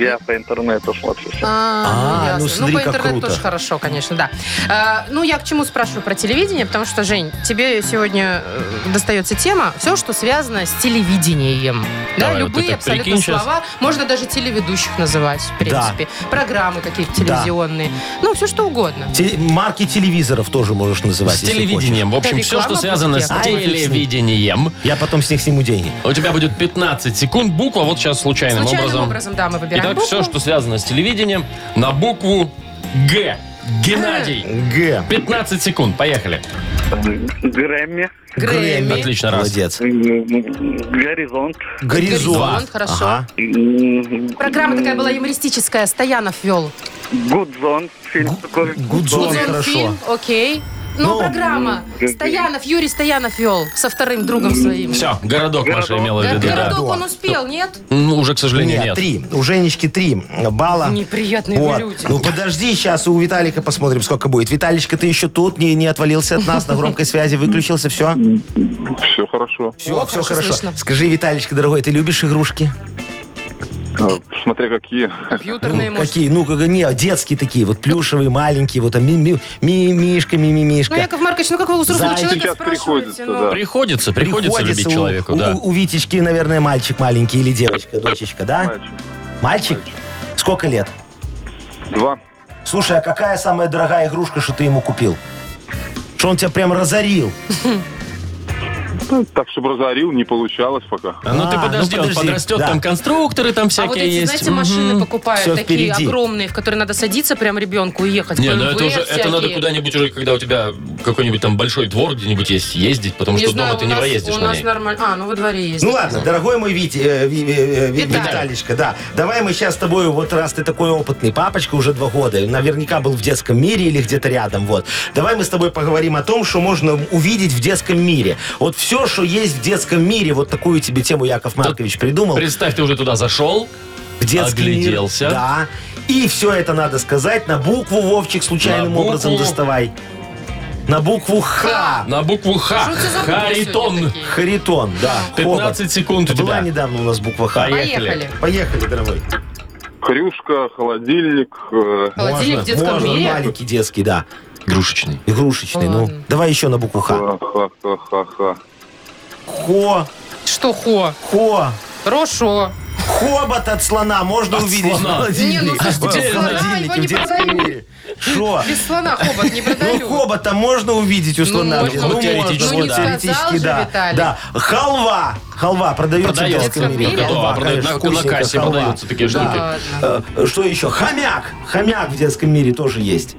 Speaker 5: я по интернету смотрю.
Speaker 3: А,
Speaker 4: А,
Speaker 3: ну
Speaker 4: ну ясно.
Speaker 3: смотри,
Speaker 4: Ну, по
Speaker 3: как
Speaker 4: интернету
Speaker 3: круто.
Speaker 4: тоже хорошо, конечно, да. А, Ну, я к чему спрашиваю про телевидение, потому что, Жень, тебе сегодня э, достается тема, все, что связано с телевидением. Да,
Speaker 2: Давай, вот ты
Speaker 4: любые
Speaker 2: так
Speaker 4: абсолютно
Speaker 2: прикинь щас.
Speaker 4: слова. Можно даже телеведущих называть, в принципе. Программы какие-то телевизионные. Ну, все что угодно.
Speaker 3: Те- марки телевизоров тоже можешь называть.
Speaker 2: С
Speaker 3: если
Speaker 2: телевидением. В общем,
Speaker 4: Это
Speaker 2: все, что
Speaker 4: реклама
Speaker 2: связано с
Speaker 4: будет,
Speaker 3: Яков Маркович?
Speaker 2: телевидением.
Speaker 3: хочешь. Я потом с них сниму деньги.
Speaker 2: У тебя будет 15 секунд. Буква вот сейчас случайным,
Speaker 4: Случайным
Speaker 2: образом.
Speaker 4: образом, да, мы выбираем
Speaker 2: Итак, все,
Speaker 4: букву.
Speaker 2: что связано с телевидением, на букву Г. Геннадий.
Speaker 3: Г.
Speaker 2: 15 секунд, поехали.
Speaker 5: Грэмми.
Speaker 4: Грэмми.
Speaker 2: Отлично, раз.
Speaker 3: Молодец.
Speaker 5: Горизонт.
Speaker 4: Горизонт,
Speaker 3: Горизонт.
Speaker 4: хорошо.
Speaker 3: Ага.
Speaker 4: Программа такая была юмористическая, Стоянов вел.
Speaker 5: Гудзон. Фильм такой.
Speaker 3: Гудзон,
Speaker 4: Гудзон
Speaker 3: хорошо.
Speaker 4: фильм, окей. Ну,
Speaker 3: Ну,
Speaker 4: программа. Стоянов, Юрий Стоянов вел со вторым другом своим.
Speaker 2: Все, городок, Маша имела в
Speaker 4: Го-
Speaker 2: виду. да.
Speaker 4: Городок он успел, нет?
Speaker 2: Ну, уже, к сожалению,
Speaker 3: Нет,
Speaker 2: нет.
Speaker 3: три. У Женечки три балла.
Speaker 4: Неприятные
Speaker 3: Вот.
Speaker 4: вы люди.
Speaker 3: Ну подожди, сейчас у Виталика посмотрим, сколько будет. Виталичка, ты еще тут, не, не отвалился от нас, на громкой связи выключился, все?
Speaker 5: Все хорошо.
Speaker 3: Все,
Speaker 4: О,
Speaker 3: все
Speaker 4: хорошо
Speaker 3: хорошо.
Speaker 4: слышно.
Speaker 3: Скажи, Виталичка, дорогой, ты любишь игрушки?
Speaker 5: Ну, Смотря какие.
Speaker 4: Компьютерные, может.
Speaker 3: Какие? Ну, как, не, детские такие, вот плюшевые, маленькие, вот там ми- ми- ми- мишка,
Speaker 4: Ну,
Speaker 3: мимимишка.
Speaker 4: Яков Маркович, ну как вы у взрослого
Speaker 3: Зайчик.
Speaker 4: человека
Speaker 5: <laughs> Сейчас
Speaker 4: спрашиваете?
Speaker 5: приходится,
Speaker 4: ну?
Speaker 5: да.
Speaker 2: Приходится, приходится, любить
Speaker 3: у-
Speaker 2: человеку,
Speaker 3: у,
Speaker 2: да. Ну,
Speaker 3: у Витечки, наверное, мальчик маленький или девочка, дочечка, да?
Speaker 5: Мальчик.
Speaker 3: Мальчик? Сколько лет?
Speaker 5: Два.
Speaker 3: Слушай, а какая самая дорогая игрушка, что ты ему купил? Что он тебя прям разорил?
Speaker 5: Ну, Так, чтобы разорил, не получалось пока.
Speaker 2: А, Ну ты
Speaker 3: А, ну
Speaker 2: подожди, он
Speaker 3: подожди,
Speaker 2: подрастет,
Speaker 3: да.
Speaker 2: там конструкторы там
Speaker 4: А
Speaker 2: всякие
Speaker 4: вот эти,
Speaker 2: есть.
Speaker 4: знаете,
Speaker 2: Мгм.
Speaker 4: машины покупают
Speaker 3: Всё
Speaker 4: такие
Speaker 3: впереди.
Speaker 4: огромные, в которые надо садиться прям ребенку и ехать.
Speaker 2: Не, ну
Speaker 4: BMW
Speaker 2: это уже, это
Speaker 4: всякие.
Speaker 2: надо куда-нибудь уже, когда у тебя какой-нибудь там большой двор где-нибудь есть, ездить, потому
Speaker 4: Не
Speaker 2: что
Speaker 4: знаю,
Speaker 2: дома ты
Speaker 4: у
Speaker 2: не
Speaker 4: нас-
Speaker 2: проездишь
Speaker 4: У
Speaker 2: на
Speaker 4: нас
Speaker 2: ней.
Speaker 4: нормально. А, ну во дворе ездить.
Speaker 3: Ну ладно, дорогой мой Вити, э, Ви- э, Ви-
Speaker 4: Виталик.
Speaker 3: Виталичка, да. Давай мы сейчас с тобой, вот раз ты такой опытный папочка уже два года, наверняка был в детском мире или где-то рядом, вот. Давай мы с тобой поговорим о том, что можно увидеть в детском мире. Вот все, что есть в детском мире, вот такую тебе тему Яков Маркович придумал.
Speaker 2: Представь, ты уже туда зашел,
Speaker 3: В детский мир,
Speaker 2: огляделся.
Speaker 3: да. И все это надо сказать на букву Вовчик случайным
Speaker 2: На букву.
Speaker 3: образом доставай. На букву Х.
Speaker 2: на букву Х,
Speaker 4: Что это за буквы сегодня
Speaker 2: Харитон.
Speaker 4: такие?
Speaker 3: Харитон, да.
Speaker 2: 15 секунд у
Speaker 3: Была
Speaker 2: тебя.
Speaker 3: недавно у нас буква Х.
Speaker 4: Поехали.
Speaker 3: Поехали, дорогой.
Speaker 5: Хрюшка, холодильник. э,
Speaker 4: Холодильник в детском
Speaker 3: можно, ну,
Speaker 4: мире.
Speaker 3: маленький детский, да.
Speaker 2: Игрушечный.
Speaker 3: Игрушечный, ну.
Speaker 4: Ладно.
Speaker 3: Давай еще на букву Х.
Speaker 5: Ха-ха-ха-ха.
Speaker 3: Хо,
Speaker 4: Что хо?
Speaker 3: хо.
Speaker 4: Хорошо.
Speaker 3: Хобот от слона можно увидеть
Speaker 2: слона.
Speaker 3: в холодильнике.
Speaker 4: Не, ну, слушайте,
Speaker 3: В
Speaker 2: без слона
Speaker 3: холодильнике,
Speaker 4: его не
Speaker 3: в детском
Speaker 4: продают.
Speaker 3: мире. Шо?
Speaker 4: Без слона хобот не
Speaker 3: Ну,
Speaker 4: продаю.
Speaker 3: хобота можно увидеть у слона?
Speaker 4: можно.
Speaker 2: Ну, теоретически,
Speaker 3: вот
Speaker 2: да.
Speaker 4: Ну, не сказал же
Speaker 3: да.
Speaker 4: Виталий.
Speaker 3: Да. Халва. Халва продается
Speaker 2: Продается.
Speaker 3: в детском мире.
Speaker 4: Готово,
Speaker 3: Халва,
Speaker 2: продают.
Speaker 3: конечно,
Speaker 2: На- на
Speaker 3: вкусненько,
Speaker 2: кассе
Speaker 3: халва.
Speaker 2: продаются такие
Speaker 3: Да.
Speaker 2: штуки.
Speaker 3: Э, Что еще? Хомяк. Хомяк в детском мире тоже есть.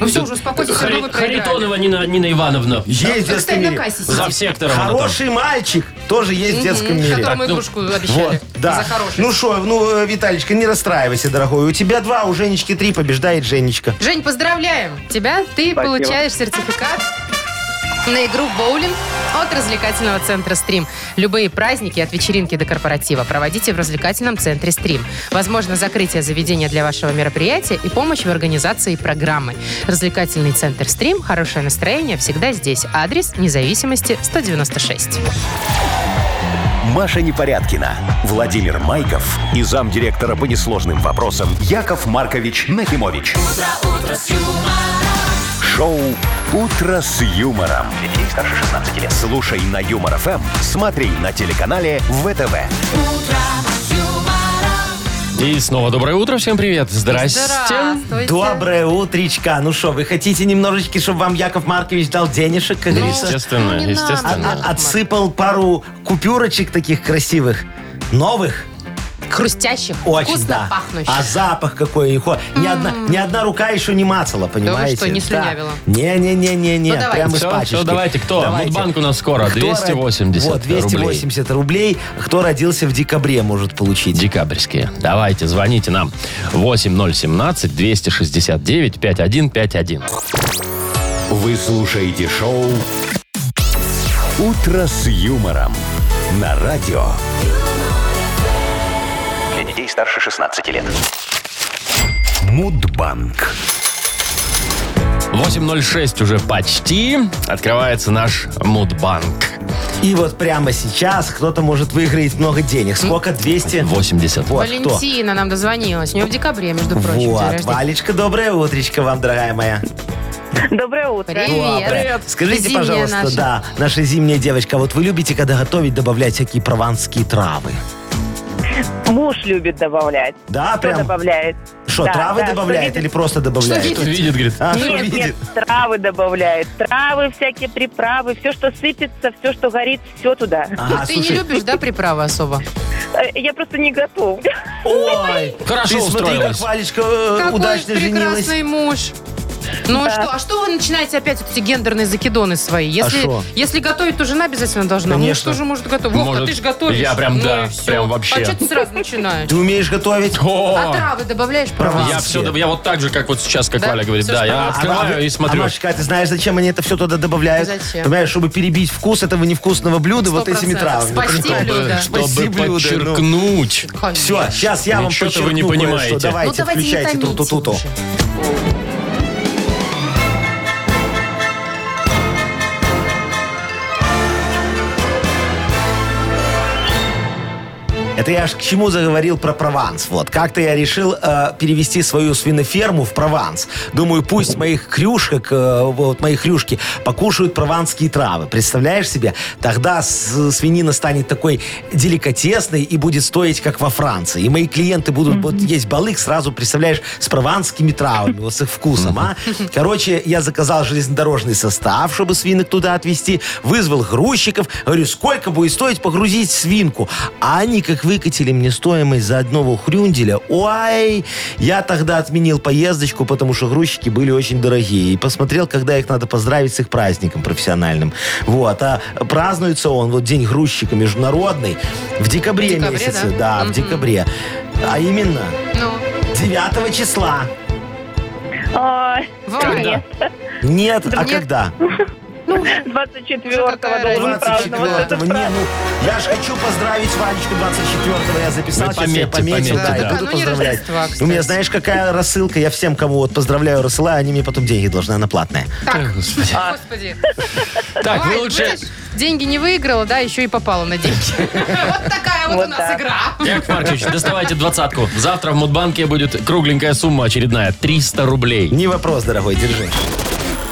Speaker 4: Ну все, уже успокойтесь, все равно вы
Speaker 2: Хари-
Speaker 4: проиграли.
Speaker 2: Харитонова Нина, Нина Ивановна.
Speaker 3: Есть в
Speaker 4: Кстати,
Speaker 3: детском
Speaker 4: на
Speaker 3: мире.
Speaker 4: кассе сидит,
Speaker 2: За сектором. она там.
Speaker 3: Хороший мальчик тоже есть в детском мире.
Speaker 2: ну,
Speaker 4: Которому игрушку обещали.
Speaker 3: Вот, да.
Speaker 4: За хороший.
Speaker 3: Ну что, ну, э, Виталечка, не расстраивайся, дорогой. У тебя два, у Женечки три, побеждает Женечка.
Speaker 4: Жень, поздравляем тебя. Ты получаешь сертификат на игру в боулинг от развлекательного центра «Стрим». Любые праздники от вечеринки до корпоратива проводите в развлекательном центре «Стрим». Возможно, закрытие заведения для вашего мероприятия и помощь в организации программы. Развлекательный центр «Стрим». Хорошее настроение всегда здесь. Адрес независимости 196.
Speaker 1: Маша Непорядкина, Владимир Майков и замдиректора по несложным вопросам Яков Маркович Нахимович. Шоу Утро с юмором. Детей старше 16 лет. Слушай на юмор ФМ, смотри на телеканале ВТВ.
Speaker 2: И снова доброе утро, всем привет. Здрасте.
Speaker 4: Здравствуйте.
Speaker 3: Доброе утречка. Ну что, вы хотите немножечко, чтобы вам Яков Маркович дал денежек, как говорится?
Speaker 2: Естественно,
Speaker 4: Ну, не надо.
Speaker 2: естественно.
Speaker 3: А- Отсыпал пару купюрочек таких красивых, новых.
Speaker 4: Хрустящих,
Speaker 3: Очень,
Speaker 4: вкусно
Speaker 3: да.
Speaker 4: пахнущих.
Speaker 3: А запах какой. хо- Ни, одна, ни одна рука еще не мацала, понимаете?
Speaker 4: что, не
Speaker 3: Да.
Speaker 4: слюнявила?
Speaker 3: Не-не-не-не-не.
Speaker 4: Ну, давайте.
Speaker 3: Прямо из
Speaker 2: Всё,
Speaker 3: пачечки.
Speaker 2: всё, давайте. Кто? Мудбанк у нас скоро.
Speaker 3: Кто ро-
Speaker 2: 280
Speaker 3: Вот, 280 рублей. Кто родился в декабре, может получить.
Speaker 2: Декабрьские. Давайте, звоните нам. 8017-269-5151.
Speaker 1: Вы слушаете шоу Утро с юмором на радио.
Speaker 8: Для детей старше 16 лет.
Speaker 1: Мудбанк.
Speaker 2: 8.06 уже почти. Открывается наш Мудбанк.
Speaker 3: И вот прямо сейчас кто-то может выиграть много денег. Сколько? 200?
Speaker 2: 80.
Speaker 3: Вот кто?
Speaker 4: Валентина нам дозвонилась. У нее в декабре, между прочим, день
Speaker 3: Вот,
Speaker 4: рождения.
Speaker 3: Валечка, доброе утречко вам, дорогая моя.
Speaker 9: Доброе утро.
Speaker 4: Привет.
Speaker 3: Скажите,
Speaker 4: Зимняя
Speaker 3: пожалуйста,
Speaker 4: наша.
Speaker 3: да, наша зимняя девочка, а вот вы любите, когда готовить, добавлять всякие прованские травы?
Speaker 9: Муж любит добавлять.
Speaker 3: Да,
Speaker 9: Кто
Speaker 3: прям?
Speaker 9: добавляет?
Speaker 3: Что,
Speaker 9: Да,
Speaker 3: травы
Speaker 9: да, что
Speaker 3: добавляет
Speaker 9: видит?
Speaker 3: или просто добавляет?
Speaker 2: Кто видит, говорит.
Speaker 3: А, что
Speaker 9: Нет,
Speaker 3: видит?
Speaker 9: нет, травы добавляет. Травы, всякие приправы, все, что сыпется, все, что горит, все туда.
Speaker 3: Ага,
Speaker 4: Ну, Ты
Speaker 3: слушай,
Speaker 4: не любишь, да, приправы особо?
Speaker 9: Э, Я просто не готовлю.
Speaker 3: Ой,
Speaker 2: Хорошо
Speaker 3: ты смотри, как
Speaker 2: устроилась.
Speaker 3: Валечка э,
Speaker 4: Какой
Speaker 3: удачно женилась.
Speaker 4: прекрасный муж. Ну и что, а что вы начинаете опять вот эти гендерные закидоны свои? Если,
Speaker 3: шо?
Speaker 4: если готовить, то жена обязательно должна. Муж
Speaker 3: А Конечно.
Speaker 4: тоже может готовить. Вовка,
Speaker 2: Может,
Speaker 4: ты же готовишь.
Speaker 2: я прям,
Speaker 4: Ну
Speaker 2: да,
Speaker 4: и всё.
Speaker 2: прям вообще.
Speaker 4: А что ты сразу начинаешь?
Speaker 3: Ты умеешь готовить?
Speaker 2: О!
Speaker 4: А травы добавляешь,
Speaker 2: Я
Speaker 4: пожалуйста.
Speaker 3: Прованс.
Speaker 2: А, все, я вот так же, как вот сейчас, как
Speaker 4: Да?
Speaker 2: Валя говорит,
Speaker 4: Всё
Speaker 2: да, я
Speaker 4: справа.
Speaker 2: открываю
Speaker 3: вы-
Speaker 2: и смотрю.
Speaker 3: а, Машечка, а ты знаешь, зачем они это все туда добавляют?
Speaker 4: Зачем?
Speaker 3: Понимаешь, чтобы перебить вкус этого невкусного блюда вот этими
Speaker 4: 100%.
Speaker 3: травами.
Speaker 4: Спасти
Speaker 2: чтобы,
Speaker 4: блюдо.
Speaker 2: чтобы
Speaker 3: Спаси блюдо, ну.
Speaker 2: подчеркнуть.
Speaker 4: Конечно.
Speaker 3: Все, сейчас я вам
Speaker 2: Ничего-то вы не
Speaker 3: подчеркну кое-что.
Speaker 2: понимаете.
Speaker 4: Ну
Speaker 3: Давайте,
Speaker 4: давайте не
Speaker 3: включайте
Speaker 4: томите
Speaker 3: ту-ту-ту-ту.
Speaker 4: уже.
Speaker 3: Это я аж к чему заговорил про Прованс. Вот, как-то я решил э, перевести свою свиноферму в Прованс. Думаю, пусть моих крюшек, э, вот мои хрюшки, покушают прованские травы. Представляешь себе? Тогда с- свинина станет такой деликатесной и будет стоить, как во Франции. И мои клиенты будут вот есть балык сразу, представляешь, с прованскими травами, вот с их вкусом, а? Короче, я заказал железнодорожный состав, чтобы свинок туда отвезти, вызвал грузчиков, говорю, сколько будет стоить погрузить свинку? А они как выкатили мне стоимость за одного хрюнделя, ой, я тогда отменил поездочку, потому что грузчики были очень дорогие, и посмотрел, когда их надо поздравить с их праздником профессиональным. Вот, а празднуется он, вот День грузчика международный, в декабре,
Speaker 4: В декабре,
Speaker 3: месяце,
Speaker 4: да?
Speaker 3: да, в декабре. А именно,
Speaker 4: Ну,
Speaker 3: 9 числа.
Speaker 9: Ой,
Speaker 4: Вань,
Speaker 9: нет,
Speaker 3: Нет, а
Speaker 4: нет.
Speaker 3: когда?
Speaker 9: 24-го
Speaker 4: Какая
Speaker 9: должен
Speaker 4: разница?
Speaker 9: праздновать. Вот это
Speaker 3: 24-го. Не, ну, я же хочу поздравить Ванечку 24-го. Я записал,
Speaker 2: Вы
Speaker 3: сейчас я
Speaker 2: пометьте,
Speaker 3: пометил. Да,
Speaker 2: пометьте,
Speaker 3: и
Speaker 2: да.
Speaker 3: буду
Speaker 4: Накануне
Speaker 3: поздравлять.
Speaker 4: Рождества, ну, кстати.
Speaker 3: У меня, знаешь, какая рассылка? Я всем, кому вот поздравляю, рассылаю, они мне потом деньги должны, она платная.
Speaker 4: так,
Speaker 2: Господи.
Speaker 4: господи.
Speaker 2: Так,
Speaker 4: Вань,
Speaker 2: А, вы лучше...
Speaker 4: видишь, деньги не выиграла, да, еще и попала на деньги. Вот такая вот у
Speaker 9: Вот
Speaker 4: нас
Speaker 9: так.
Speaker 4: игра.
Speaker 2: Яков Маркович, доставайте двадцатку. Завтра в Мудбанке будет кругленькая сумма очередная. 300 рублей.
Speaker 3: Не вопрос, дорогой, держи.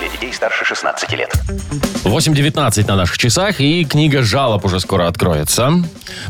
Speaker 8: Для детей старше 16 лет.
Speaker 2: 8.19 на наших часах, и книга жалоб уже скоро откроется.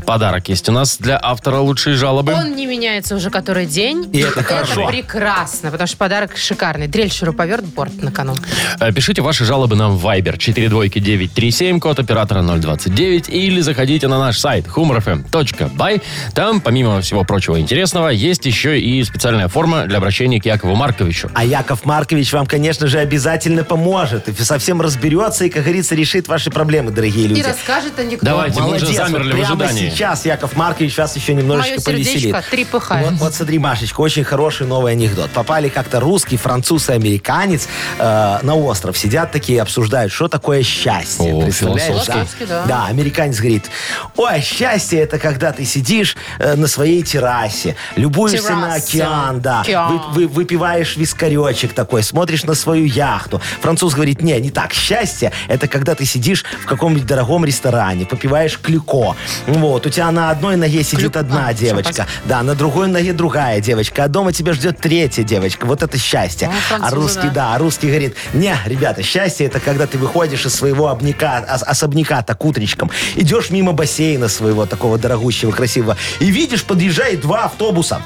Speaker 2: Подарок есть у нас для автора лучшей жалобы.
Speaker 4: Он не меняется уже который день.
Speaker 3: И это хорошо.
Speaker 4: прекрасно, потому что подарок шикарный. Дрель, шуруповерт, борт на кону.
Speaker 2: Э, Пишите ваши жалобы нам в Viber 42937, код оператора 029, или заходите на наш сайт humorfm.by. Там, помимо всего прочего интересного, есть еще и специальная форма для обращения к Якову Марковичу.
Speaker 3: А Яков Маркович вам, конечно же, обязательно поможет. И совсем разберется и, как говорится, решит ваши проблемы, дорогие люди. ну,
Speaker 4: И расскажет анекдот.
Speaker 2: Давайте, мы уже
Speaker 3: Молодец,
Speaker 2: замерли
Speaker 3: вот
Speaker 2: в
Speaker 3: прямо
Speaker 2: ожидании.
Speaker 3: сейчас Яков Маркович вас еще
Speaker 4: Мое
Speaker 3: немножечко повеселит.
Speaker 4: сердечко три пх.
Speaker 3: Вот, вот смотри, Машечка, очень хороший новый анекдот. Попали как-то русский, француз и американец э, на остров. Сидят такие, обсуждают, что такое счастье.
Speaker 2: О,
Speaker 3: Представляешь, да?
Speaker 4: философский, да.
Speaker 3: Да, американец говорит, ой, а счастье это когда ты сидишь э, на своей террасе, любуешься на
Speaker 4: Терраса.
Speaker 3: океан, да,
Speaker 4: Океан.
Speaker 3: вы- вы- выпиваешь вискаречек такой, смотришь на свою яхту. Француз говорит, не, не так. Счастье это когда ты сидишь в каком-нибудь дорогом ресторане, попиваешь клюко. Вот, у тебя на одной ноге сидит
Speaker 4: Клю-
Speaker 3: одна
Speaker 4: а, всё,
Speaker 3: девочка,
Speaker 4: спасибо.
Speaker 3: да, на другой ноге другая девочка, а дома тебя ждет третья девочка. Вот это счастье.
Speaker 4: Ну,
Speaker 3: а
Speaker 4: французы,
Speaker 3: русский,
Speaker 4: да.
Speaker 3: да, а русский говорит, не, ребята, счастье это когда ты выходишь из своего обняка, ос- особняка так утречком, идешь мимо бассейна своего такого дорогущего, красивого, и видишь, подъезжает два автобуса.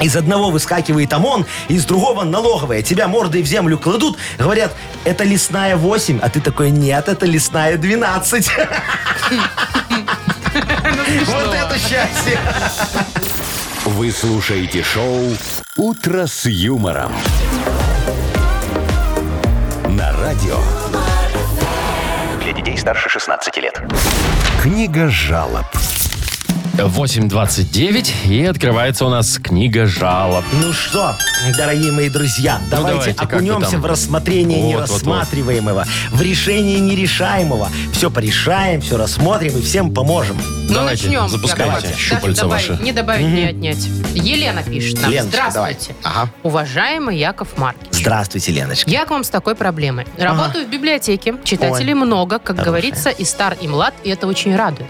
Speaker 3: Из одного выскакивает ОМОН, из другого налоговая. Тебя мордой в землю кладут, говорят, это лесная 8, а ты такой, нет, это лесная <laughs>
Speaker 4: <laughs>
Speaker 3: 12.
Speaker 4: Ну,
Speaker 3: Вот это счастье.
Speaker 1: Вы слушаете шоу «Утро с юмором» на радио.
Speaker 8: Для детей старше 16 лет.
Speaker 1: Книга жалоб.
Speaker 2: 8.29, и открывается у нас книга жалоб.
Speaker 3: Ну что, дорогие мои друзья, давайте,
Speaker 2: Ну, давайте, как вы
Speaker 3: окунемся
Speaker 2: там?
Speaker 3: в рассмотрение
Speaker 2: Вот, вот, вот.
Speaker 3: нерассматриваемого, в решение нерешаемого. Все порешаем, все рассмотрим и всем поможем.
Speaker 4: Ну,
Speaker 2: Давайте,
Speaker 4: начнем.
Speaker 2: запускайте
Speaker 4: Яков Маркович.
Speaker 2: щупальца
Speaker 4: Даже добавить-
Speaker 2: ваши.
Speaker 4: Не добавить, не отнять. Елена пишет нам.
Speaker 3: Леночка,
Speaker 4: Здравствуйте.
Speaker 3: давай. Ага.
Speaker 4: Уважаемый Яков Маркович.
Speaker 3: Здравствуйте, Леночка.
Speaker 4: Я к вам с такой проблемой. Работаю в библиотеке, читателей много, как
Speaker 3: Хорошая.
Speaker 4: говорится, и стар, и млад, и это очень радует.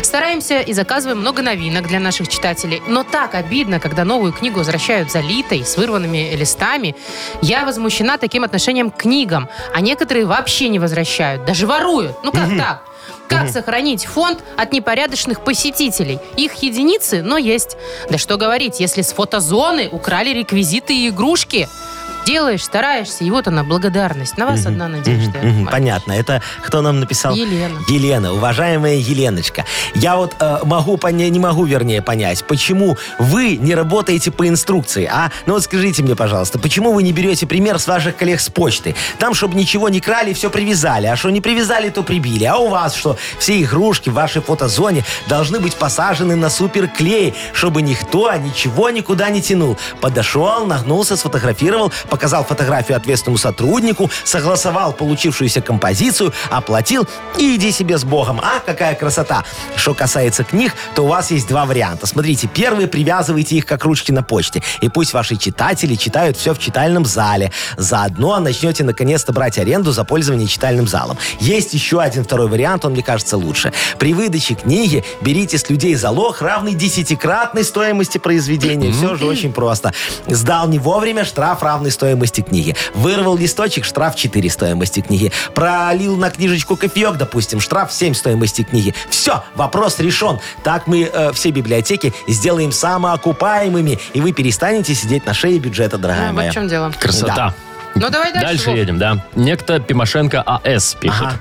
Speaker 4: Стараемся и заказываем много новинок для наших читателей, но так обидно, когда новую книгу возвращают залитой, с вырванными листами. Я возмущена таким отношением к книгам, а некоторые вообще не возвращают, даже воруют. Ну как так? Как сохранить фонд от непорядочных посетителей? Их единицы, но есть. Да что говорить, если с фотозоны украли реквизиты и игрушки. делаешь, стараешься, и вот она, благодарность. На вас одна надежда. Яков
Speaker 3: Мгм,
Speaker 4: Маркович.
Speaker 3: Понятно. Это кто нам написал?
Speaker 4: Елена.
Speaker 3: Елена, уважаемая Еленочка. Я вот э, могу поня- не могу, вернее, понять, почему вы не работаете по инструкции, а? Ну вот скажите мне, пожалуйста, почему вы не берете пример с ваших коллег с почты? Там, чтобы ничего не крали, все привязали, а что не привязали, то прибили. А у вас что? Все игрушки в вашей фотозоне должны быть посажены на суперклей, чтобы никто ничего никуда не тянул. Подошел, нагнулся, сфотографировал, показал фотографию ответственному сотруднику, согласовал получившуюся композицию, оплатил и иди себе с Богом. А, какая красота! Что касается книг, то у вас есть два варианта. Смотрите, первый привязывайте их как ручки на почте. И пусть ваши читатели читают все в читальном зале. Заодно начнете наконец-то брать аренду за пользование читальным залом. Есть еще один второй вариант, он мне кажется лучше. При выдаче книги берите с людей залог, равный десятикратной стоимости произведения. Все же очень просто. Сдал не вовремя, штраф равный стоимости книги. Вырвал листочек, штраф 4 стоимости книги. Пролил на книжечку кофеек, допустим, штраф 7 стоимости книги. Все, вопрос решен. Так мы э, все библиотеки сделаем самоокупаемыми, и вы перестанете сидеть на шее бюджета, дорогая
Speaker 4: А, Вот
Speaker 3: моя.
Speaker 4: в чем дело.
Speaker 2: Красота.
Speaker 4: Ну, давай дальше,
Speaker 2: Дальше
Speaker 4: Вов.
Speaker 2: едем, да. Некто Пимошенко АС пишет.
Speaker 3: Ага.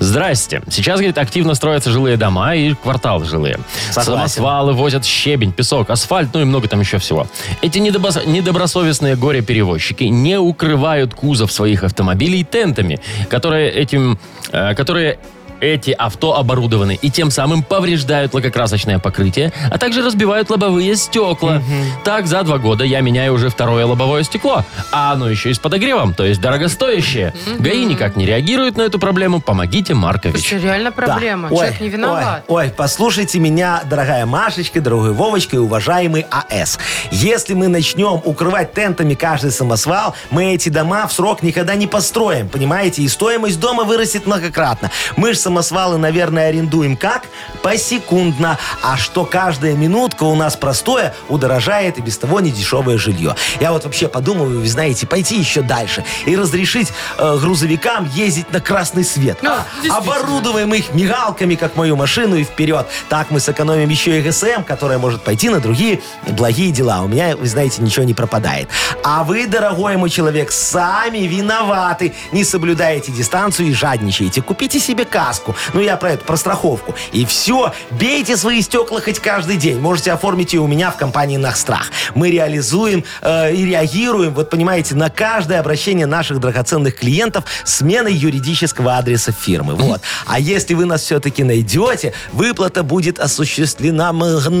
Speaker 2: Здрасте. Сейчас, говорит, активно строятся жилые дома и кварталы жилые.
Speaker 3: Согласен.
Speaker 2: Самосвалы возят щебень, песок, асфальт, ну и много там еще всего. Эти недобос- недобросовестные горе-перевозчики не укрывают кузов своих автомобилей тентами, которые этим... э, которые эти авто оборудованы и тем самым повреждают лакокрасочное покрытие, а также разбивают лобовые стекла. Так за два года я меняю уже второе лобовое стекло, а оно еще и с подогревом, то есть дорогостоящее. ГАИ никак не реагирует на эту проблему. Помогите, Маркович.
Speaker 4: Слушай, реально проблема.
Speaker 3: Да. Ой,
Speaker 4: Человек не виноват.
Speaker 3: Ой, ой, послушайте меня, дорогая Машечка, дорогой Вовочка и уважаемый АС. Если мы начнем укрывать тентами каждый самосвал, мы эти дома в срок никогда не построим, понимаете? И стоимость дома вырастет многократно. Мы же самосвалы, наверное, арендуем как? Посекундно. А что каждая минутка у нас простое, удорожает и без того недешевое жилье. Я вот вообще подумываю, вы знаете, пойти еще дальше и разрешить э, грузовикам ездить на красный свет.
Speaker 4: Ну,
Speaker 3: А,
Speaker 4: действительно.
Speaker 3: Оборудуем их мигалками, как мою машину, и вперед. Так мы сэкономим еще и ГСМ, которая может пойти на другие благие дела. У меня, вы знаете, ничего не пропадает. А вы, дорогой мой человек, сами виноваты. Не соблюдаете дистанцию и жадничаете. Купите себе каску. Ну, я про это, про страховку. И все. Бейте свои стекла хоть каждый день. Можете оформить ее у меня в компании «Нахстрах». Мы реализуем э, и реагируем, вот понимаете, на каждое обращение наших драгоценных клиентов сменой юридического адреса фирмы. Вот. А если вы нас все-таки найдете, выплата будет осуществлена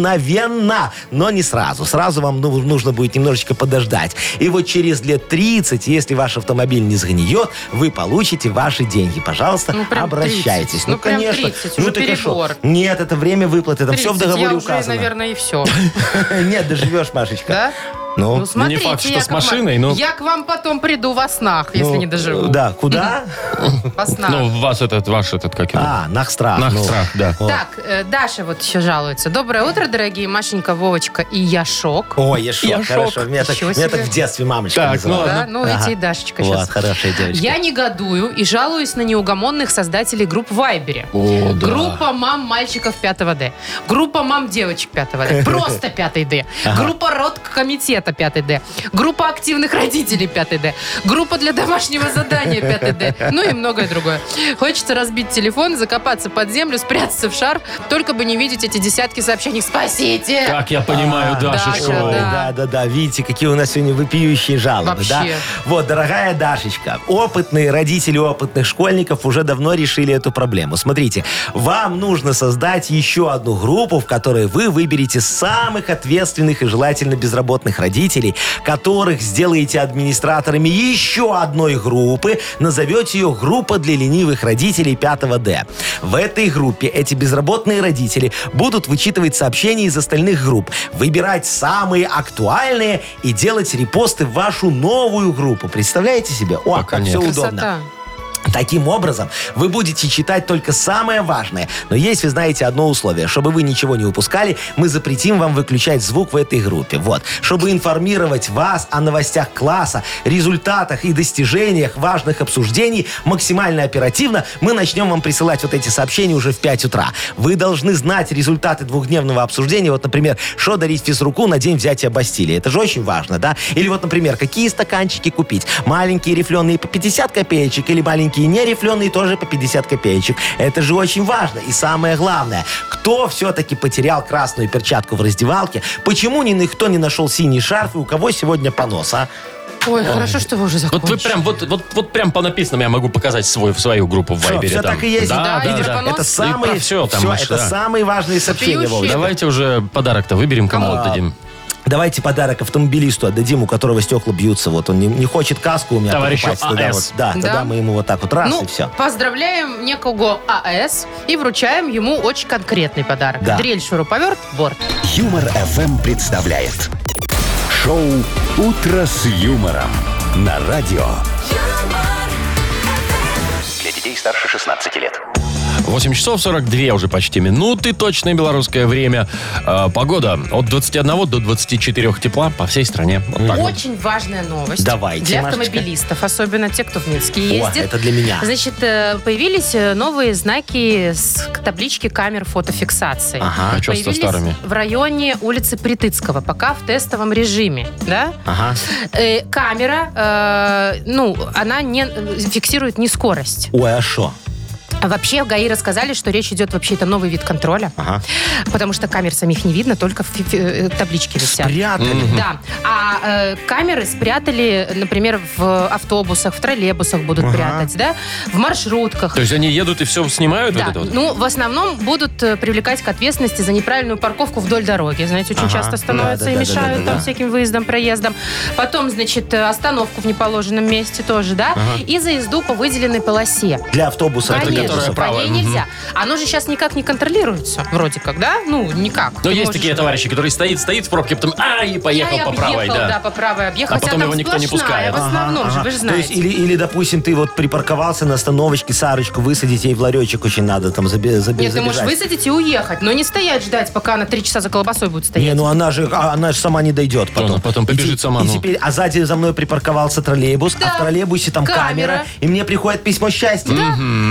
Speaker 3: мгновенно, но не сразу. Сразу вам ну, нужно будет немножечко подождать. И вот через лет 30, если ваш автомобиль не сгниет, вы получите ваши деньги. Пожалуйста,
Speaker 4: Ну, прям
Speaker 3: обращайтесь.
Speaker 4: 30. Ну, прям 30, уже
Speaker 3: так а что?
Speaker 4: перебор.
Speaker 3: Нет, это время выплаты. Там все в
Speaker 4: 30,
Speaker 3: договоре
Speaker 4: я уже,
Speaker 3: указано.
Speaker 4: наверное,
Speaker 3: <laughs>
Speaker 4: и все.
Speaker 3: Нет, доживешь, Машечка.
Speaker 4: Да?
Speaker 3: Ну,
Speaker 4: Ну, смотрите,
Speaker 2: факт, что
Speaker 4: Яков
Speaker 2: с машиной,
Speaker 4: Маркович,
Speaker 2: но-
Speaker 4: Я к вам потом приду во снах, если
Speaker 3: ну,
Speaker 4: не доживу.
Speaker 3: э, Да, куда?
Speaker 4: Во снах.
Speaker 2: Ну, ваш этот, ваш этот, как его?
Speaker 3: А, Нахстрах.
Speaker 2: Нах
Speaker 3: ну.
Speaker 2: страх, да.
Speaker 3: О.
Speaker 4: Так, э, Даша вот еще жалуется. Доброе утро, дорогие Машенька, Вовочка и Яшок.
Speaker 3: Ой, я шок,
Speaker 2: Я
Speaker 3: хорошо.
Speaker 2: шок.
Speaker 3: Меня так,
Speaker 4: Ничего
Speaker 3: меня так
Speaker 4: себе.
Speaker 3: в детстве мамочка
Speaker 2: Так,
Speaker 3: называла.
Speaker 2: ладно.
Speaker 4: Да, ну
Speaker 3: Ага.
Speaker 4: эти и Дашечка
Speaker 3: Вот,
Speaker 4: сейчас.
Speaker 3: хорошая девочка.
Speaker 4: Я негодую и жалуюсь на неугомонных создателей групп в Вайбере.
Speaker 2: О, да.
Speaker 4: Группа мам мальчиков 5 Д. Группа мам девочек 5 Д. Просто 5 Д. Группа родкомитета 5 Д. Группа активных родителей 5 Д. Группа для домашнего задания 5 Д. Ну и многое другое. Хочется разбить телефон, закопаться под землю, спрятаться в шарф, только бы не видеть эти десятки сообщений. Спасите!
Speaker 2: Как я понимаю,
Speaker 3: А,
Speaker 2: Дашечка.
Speaker 4: Даша,
Speaker 3: Ой,
Speaker 4: да.
Speaker 3: да, да, да. Видите, какие у нас сегодня вопиющие жалобы,
Speaker 4: Вообще.
Speaker 3: да? Вот, дорогая Дашечка, опытные родители опытных школьников уже давно решили эту проблему. Смотрите, вам нужно создать еще одну группу, в которой вы выберете самых ответственных и желательно безработных родителей, которых сделаете администраторами еще одной группы, назовете ее группа для ленивых родителей 5 Д. В этой группе эти безработные родители будут вычитывать сообщения из остальных групп, выбирать самые актуальные и делать репосты в вашу новую группу. Представляете себе? О,
Speaker 2: Пока
Speaker 3: как
Speaker 2: нет.
Speaker 3: все
Speaker 4: Красота.
Speaker 3: удобно. Таким образом, вы будете читать только самое важное. Но есть, вы знаете, одно условие. Чтобы вы ничего не упускали, мы запретим вам выключать звук в этой группе. Вот. Чтобы информировать вас о новостях класса, результатах и достижениях важных обсуждений максимально оперативно, мы начнем вам присылать вот эти сообщения уже в 5 утра. Вы должны знать результаты двухдневного обсуждения. Вот, например, что дарить физруку на день взятия Бастилии. Это же очень важно, да? Или вот, например, какие стаканчики купить? Маленькие рифленые по 50 копеечек или маленькие нерифленые тоже по 50 копеечек. Это же очень важно. И самое главное, кто все-таки потерял красную перчатку в раздевалке? Почему ни никто не нашел синий шарф и у кого сегодня понос, а?
Speaker 4: Ой, хорошо, что вы уже закончили.
Speaker 2: Вот вы прям, вот, вот, вот прям по написанному я могу показать свою, свою группу в
Speaker 3: Всё,
Speaker 2: Вайбере.
Speaker 3: всё
Speaker 2: там.
Speaker 3: так и есть.
Speaker 2: Да,
Speaker 4: Да,
Speaker 2: да,
Speaker 4: и
Speaker 2: да.
Speaker 4: понос.
Speaker 3: Это самые,
Speaker 2: про всё там,
Speaker 3: всё,
Speaker 2: Маша,
Speaker 3: это
Speaker 2: да.
Speaker 3: самые важные сообщения,
Speaker 4: Вопиющие.
Speaker 3: Вов.
Speaker 2: Давайте уже подарок-то выберем, кому
Speaker 4: Кому?
Speaker 2: отдадим.
Speaker 3: Давайте подарок автомобилисту отдадим, у которого стекла бьются. Вот он не, не хочет каску у меня
Speaker 2: Товарищу
Speaker 3: покупать. Тогда,
Speaker 2: АС.
Speaker 3: вот- да,
Speaker 4: Да.
Speaker 3: тогда мы ему вот так вот раз
Speaker 4: ну,
Speaker 3: и все.
Speaker 4: поздравляем некого АС и вручаем ему очень конкретный подарок.
Speaker 3: Да.
Speaker 4: Дрель, шуруповерт, борт.
Speaker 1: Юмор FM представляет шоу Утро с юмором на радио.
Speaker 6: юмор,
Speaker 8: Для детей старше 16 лет.
Speaker 2: 8 часов 42 уже почти минуты, точное белорусское время. Э, погода от 21 до 24 тепла по всей стране. Вот так вот.
Speaker 4: Очень важная новость.
Speaker 3: Давайте,
Speaker 4: Для
Speaker 3: Машечка.
Speaker 4: автомобилистов, особенно те, кто в Минске
Speaker 3: О,
Speaker 4: ездит.
Speaker 3: это для меня.
Speaker 4: Значит, э, появились э, новые знаки с к- таблички камер фотофиксации.
Speaker 2: А
Speaker 3: Ага,
Speaker 2: что со
Speaker 4: Появились
Speaker 2: старыми?
Speaker 4: в районе улицы Притыцкого, пока в тестовом режиме, да?
Speaker 3: ага.
Speaker 4: Э, камера, э, ну, она не э, фиксирует не скорость.
Speaker 3: Ой, а шо?
Speaker 4: А вообще в ГАИ рассказали, что речь идет вообще это новый вид контроля,
Speaker 3: Ага.
Speaker 4: потому что камер самих не видно, только фи- фи- э, таблички висят.
Speaker 3: Прятали.
Speaker 4: Да. А э, камеры спрятали, например, в автобусах, в троллейбусах будут прятать, да, в маршрутках.
Speaker 2: То есть они едут и все снимают?
Speaker 4: Да,
Speaker 2: Вот это вот?
Speaker 4: ну, в основном будут э, привлекать к ответственности за неправильную парковку вдоль дороги. Знаете, очень
Speaker 3: Ага.
Speaker 4: часто становятся и
Speaker 3: Да-да-да-да-да-да.
Speaker 4: мешают там всяким выездам, проездам. Потом, значит, э, остановку в неположенном месте тоже, да, и за езду по выделенной полосе.
Speaker 3: Для автобуса. для
Speaker 4: Конечно,
Speaker 2: которая
Speaker 3: автобуса.
Speaker 4: по
Speaker 2: правая.
Speaker 4: ней
Speaker 2: Мгм.
Speaker 4: нельзя. Оно же сейчас никак не контролируется, вроде как, да? Ну, никак.
Speaker 2: Но
Speaker 4: Ты
Speaker 2: есть
Speaker 4: можешь-
Speaker 2: такие товарищи, которые стоит, стоит в пробке, потом, а, и поехал
Speaker 4: я и
Speaker 2: по правой,
Speaker 4: объехал,
Speaker 2: да.
Speaker 4: по правой объехал.
Speaker 2: А
Speaker 4: Хотя
Speaker 2: потом
Speaker 4: там
Speaker 2: его никто не
Speaker 4: сплошная,
Speaker 2: пускает.
Speaker 4: В основном же,
Speaker 3: Ага.
Speaker 4: вы же знаете.
Speaker 3: То есть, или, или, допустим, ты вот припарковался на остановочке, Сарочку высадить, ей в ларечек очень надо там забе- забе-
Speaker 4: Нет, ты можешь
Speaker 3: забежать.
Speaker 4: высадить и уехать, но не стоять ждать, пока она три часа за колбасой будет стоять.
Speaker 3: Не, ну она же, а она же сама не дойдет потом.
Speaker 2: она потом
Speaker 3: И те-
Speaker 2: побежит сама,
Speaker 3: И
Speaker 2: ну.
Speaker 3: теперь, а сзади за мной припарковался троллейбус,
Speaker 4: Да.
Speaker 3: а в троллейбусе там камера.
Speaker 4: Камера.
Speaker 3: и мне приходит письмо счастья.